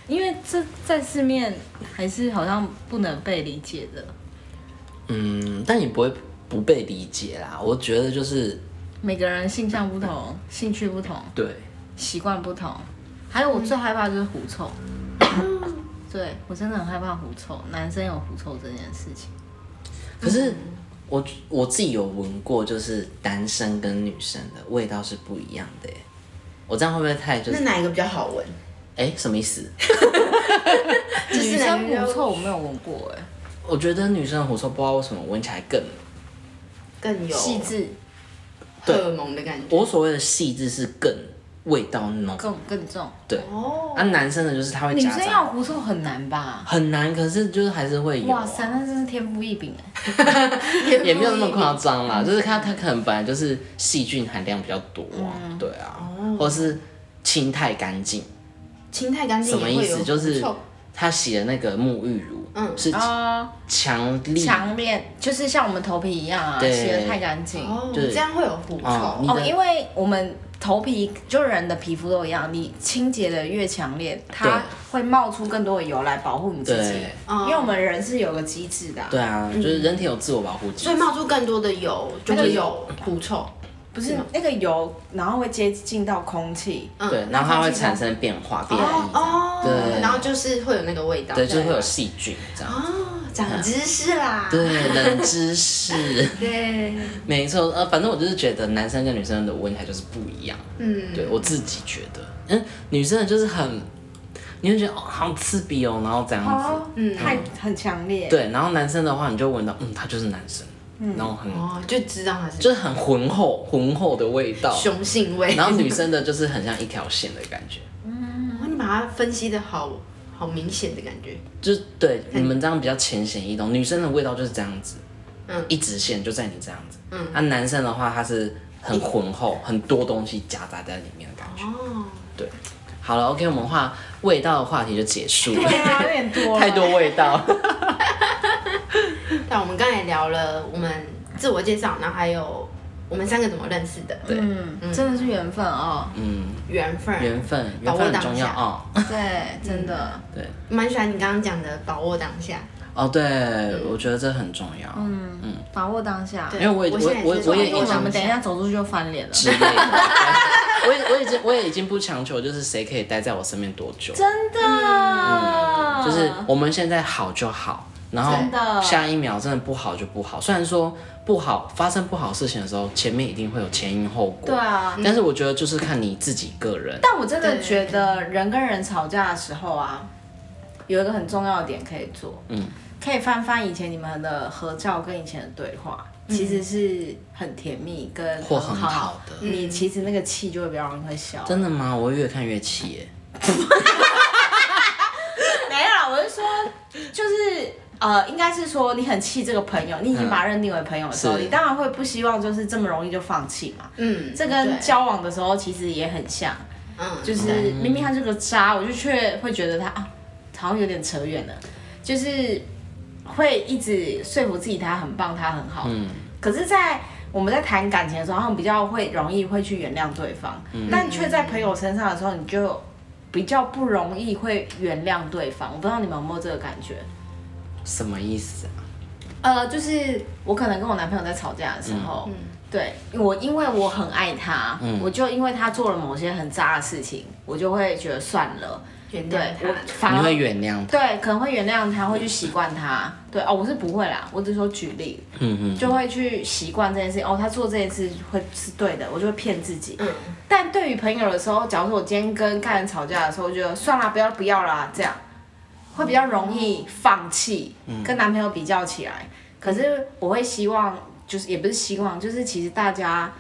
Speaker 4: 因为这在世面还是好像不能被理解的，
Speaker 1: 嗯，但你不会不被理解啦。我觉得就是
Speaker 4: 每个人性向不同，兴趣不同，
Speaker 1: 对，
Speaker 4: 习惯不同，还有我最害怕的就是狐 臭。对，我真的很害怕狐臭，男生有狐臭这件事情。
Speaker 1: 可
Speaker 3: 嗯
Speaker 1: 是我我自己有闻过，就是男生跟女生的味道是不一样的、欸。我这样会不会太就
Speaker 3: 那
Speaker 1: 是
Speaker 3: 哪一个比较好闻？
Speaker 1: 哎、什么意思？
Speaker 4: 女
Speaker 3: 是男
Speaker 4: 生狐臭我没有闻过哎、
Speaker 1: 我觉得女生的狐臭不知道为什么闻起来更
Speaker 3: 更有
Speaker 4: 细致
Speaker 3: 荷尔蒙的感觉。
Speaker 1: 我所谓的细致是更味道浓，
Speaker 4: 更更重。
Speaker 1: 对。
Speaker 3: 哦，
Speaker 1: 啊，男生的就是他会
Speaker 4: 女
Speaker 1: 夹
Speaker 4: 生要
Speaker 1: 杂，
Speaker 4: 狐臭很难吧？
Speaker 1: 很难，可是就是还是会有、啊。
Speaker 4: 哇塞，那真是天赋异禀哎、
Speaker 1: 也没有那么夸张啦，就是他他可能本来就是细菌含量比较多啊，对啊，或是清太干净，
Speaker 3: 清太干净
Speaker 1: 什么
Speaker 3: 也
Speaker 1: 意
Speaker 3: 会有
Speaker 1: 思？就是
Speaker 3: 臭
Speaker 1: 他洗的那个沐浴乳，
Speaker 3: 嗯
Speaker 1: 是
Speaker 4: 啊，
Speaker 1: 强力，
Speaker 4: 强烈就是像我们头皮一样啊，
Speaker 1: 对
Speaker 4: 洗得太干净。
Speaker 3: 哦，
Speaker 1: 对
Speaker 3: 这样会有狐臭。
Speaker 1: 哦你
Speaker 4: 哦，
Speaker 1: 的
Speaker 4: 因为我们头皮就人的皮肤都一样，你清洁的越强烈，它会冒出更多的油来保护你自己
Speaker 1: 对。
Speaker 3: 哦
Speaker 4: 因为我们人是有个机制的啊、
Speaker 1: 对啊，就是人体有自我保护机
Speaker 3: 所以
Speaker 1: 制，
Speaker 3: 冒出更多的油，就
Speaker 4: 那个
Speaker 3: 会有狐臭。
Speaker 4: 不是那个油，然后会接近到空气，
Speaker 1: 对，然后它会产生变化变异这样，对，
Speaker 3: 哦然后就是会有那个味道。
Speaker 1: 对，就是会有嗯细菌这样，
Speaker 3: 哦，长知识啦。
Speaker 1: 对，冷知识。
Speaker 3: 对，
Speaker 1: 没错，呃，反正我就是觉得男生跟女生的闻起来就是不一样。
Speaker 3: 嗯，
Speaker 1: 对我自己觉得，嗯，女生的就是很，你会觉得哦，好刺鼻哦，然后这样子。
Speaker 4: 哦，
Speaker 3: 嗯
Speaker 4: 太很强烈。
Speaker 1: 对，然后男生的话，你就闻到，嗯，他就是男生，然后很
Speaker 3: 哦，就知道它是
Speaker 1: 就是很浑厚浑厚的味道。
Speaker 3: 雄性味。
Speaker 1: 然后女生的就是很像一条线的感觉，
Speaker 3: 哦，你把它分析的好好明显的感觉。
Speaker 1: 就是对你们这样比较浅显易懂。女生的味道就是这样子，
Speaker 3: 嗯
Speaker 1: 一直线就在你这样子。嗯，那、男生的话，他是很浑厚，很多东西夹杂在里面的感觉。
Speaker 3: 哦，
Speaker 1: 对，好了，OK，我们话味道的话题就结束 了，
Speaker 4: 啊，有点多 了
Speaker 1: 太多味道。
Speaker 3: 啊但我们刚才聊了我们自我介绍，然后还有我们三个怎么认识的？
Speaker 1: 对
Speaker 4: 嗯，真的是缘分哦。
Speaker 1: 嗯，
Speaker 3: 缘分。
Speaker 1: 缘分，
Speaker 3: 把
Speaker 1: 缘
Speaker 3: 握
Speaker 1: 分很
Speaker 3: 当
Speaker 1: 重要
Speaker 3: 下
Speaker 1: 哦。
Speaker 4: 对，真的。
Speaker 1: 对，
Speaker 3: 蛮喜欢你刚刚讲的把握当下。
Speaker 1: 哦，对，
Speaker 3: 嗯
Speaker 1: 我觉得这很重要，
Speaker 4: 把握当下。
Speaker 3: 对
Speaker 1: 因为我也
Speaker 3: 我现在
Speaker 1: 我
Speaker 3: 也是
Speaker 1: 我也
Speaker 4: 因
Speaker 1: 已
Speaker 4: 为
Speaker 1: 经
Speaker 4: 我们等一下走出去就翻脸了。
Speaker 1: 之类的。 对我也我已经我也已经不强求，就是谁可以待在我身边多久，
Speaker 4: 真啊嗯的，
Speaker 1: 就是我们现在好就好，然后
Speaker 4: 嗯真的
Speaker 1: 下一秒真的不好就不好。虽然说不好发生不好事情的时候，前面一定会有前因后果，
Speaker 4: 对啊。
Speaker 1: 但是我觉得就是看你自己个人。
Speaker 4: 但我真的觉得人跟人吵架的时候啊，有一个很重要的点可以做，
Speaker 1: 嗯，
Speaker 4: 可以翻翻以前你们的合照跟以前的对话，其实是很甜蜜跟
Speaker 1: 或
Speaker 4: 很
Speaker 1: 很好的
Speaker 4: 你其实那个气就会比较容易会消。
Speaker 1: 真的吗？我越看越气耶。
Speaker 4: 没有啦，我是说，就是呃，应该是说你很气这个朋友，你已经把他认定为朋友的时候，
Speaker 1: 嗯是
Speaker 4: 你当然会不希望就是这么容易就放弃嘛。
Speaker 3: 嗯，
Speaker 4: 这跟
Speaker 3: 对
Speaker 4: 交往的时候其实也很像，
Speaker 3: 嗯
Speaker 4: 就是明明他是个渣，我就却会觉得他啊，好像有点扯远了，就是会一直说服自己他很棒，他很好。
Speaker 1: 嗯，
Speaker 4: 可是，在我们在谈感情的时候，好像比较会容易会去原谅对方，
Speaker 3: 嗯
Speaker 4: 但却在朋友身上的时候，你就比较不容易会原谅对方。我不知道你们有没有这个感觉？
Speaker 1: 什么意思啊？
Speaker 4: 呃，就是我可能跟我男朋友在吵架的时
Speaker 1: 嗯
Speaker 4: 候，对我因为我很爱他，我就因为他做了某些很渣的事情，我就会觉得算了，
Speaker 3: 原
Speaker 4: 对
Speaker 3: 谅
Speaker 4: 我
Speaker 3: 他。
Speaker 4: 反
Speaker 1: 你
Speaker 4: 而
Speaker 1: 会原谅他？
Speaker 4: 对可能会原谅他，会去习惯他。对哦，我是不会啦，我只是说举例，
Speaker 1: 嗯嗯，
Speaker 4: 就会去习惯这件事情。哦，他做这件事会是对的，我就会骗自己。
Speaker 3: 嗯
Speaker 4: 但对于朋友的时候，假如说我今天跟家人吵架的时候，我觉得算了，不要不要啦，这样会比较容易放弃。
Speaker 1: 嗯
Speaker 4: 跟男朋友比较起来，可是我会希望，就是也不是希望，就是其实大家，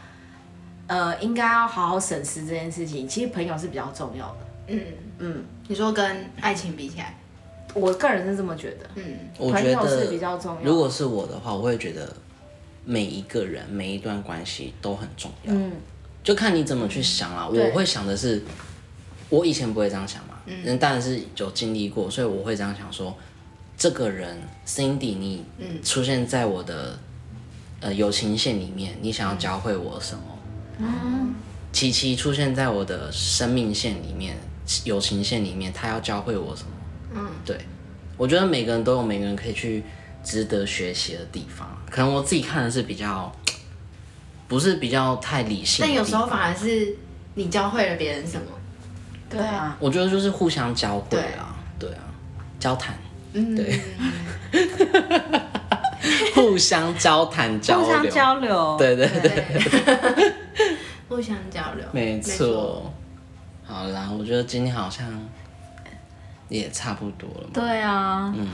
Speaker 4: 呃，应该要好好审视这件事情。其实朋友是比较重要的，
Speaker 3: 嗯嗯，你说跟爱情比起来，
Speaker 4: 我个人是这么觉得。
Speaker 3: 嗯
Speaker 1: 我
Speaker 4: 朋
Speaker 1: 觉
Speaker 4: 友是
Speaker 1: 得
Speaker 4: 比较重要
Speaker 1: 如果是我的话，我会觉得每一个人、每一段关系都很重要，
Speaker 4: 嗯，
Speaker 1: 就看你怎么去想啦。
Speaker 4: 对
Speaker 1: 我会想的是，我以前不会这样想嘛，
Speaker 4: 嗯
Speaker 1: 人当然是有经历过，所以我会这样想说，这个人 Cindy，你
Speaker 4: 嗯
Speaker 1: 出现在我的、呃友情线里面，你想要教会我什么？琪琪出现在我的生命线里面、友情线里面，他要教会我什么？嗯，对，我觉得每个人都有每个人可以去值得学习的地方。可能我自己看的是比较，不是比较太理性
Speaker 3: 但
Speaker 1: 的地方。
Speaker 3: 有时候反而是你教会了别人什么。
Speaker 4: 对啊，
Speaker 1: 我觉得就是互相交汇啊，对啊，交谈，
Speaker 3: 嗯，
Speaker 1: 对， 互相交谈嗯交流，
Speaker 4: 互相交流，
Speaker 1: 对对对，
Speaker 3: 对， 互相交流，
Speaker 1: 没错。好啦，我觉得今天好像也差不多了嘛。
Speaker 4: 对啊，
Speaker 1: 嗯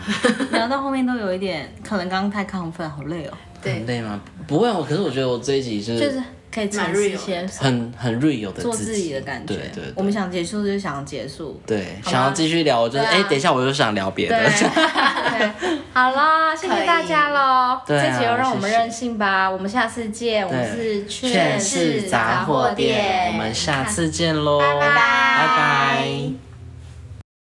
Speaker 4: 聊到后面都有一点，可能刚刚太亢奋，好累哦，
Speaker 3: 对
Speaker 1: 很累吗？不会，我啊可是我觉得我这一集就
Speaker 4: 就是是可以尝试一些
Speaker 1: 很很 real 的
Speaker 4: 做
Speaker 1: 自
Speaker 4: 自己的感觉。
Speaker 1: 对对
Speaker 4: 我
Speaker 1: 对
Speaker 4: 们想结束就想结 束。
Speaker 1: 对，
Speaker 4: 好吧
Speaker 1: 想要继续聊，我就是
Speaker 4: 对啊
Speaker 1: 哎，等一下我又想聊别
Speaker 4: 对，啊
Speaker 1: 的。
Speaker 4: 对好啦，谢谢大家喽。
Speaker 1: 可以对啊
Speaker 4: 这集就让我们
Speaker 1: 谢谢
Speaker 4: 任性吧，我们下次见。我们是
Speaker 1: 劝世杂货店，我们下次见喽，拜
Speaker 4: 拜
Speaker 1: 拜。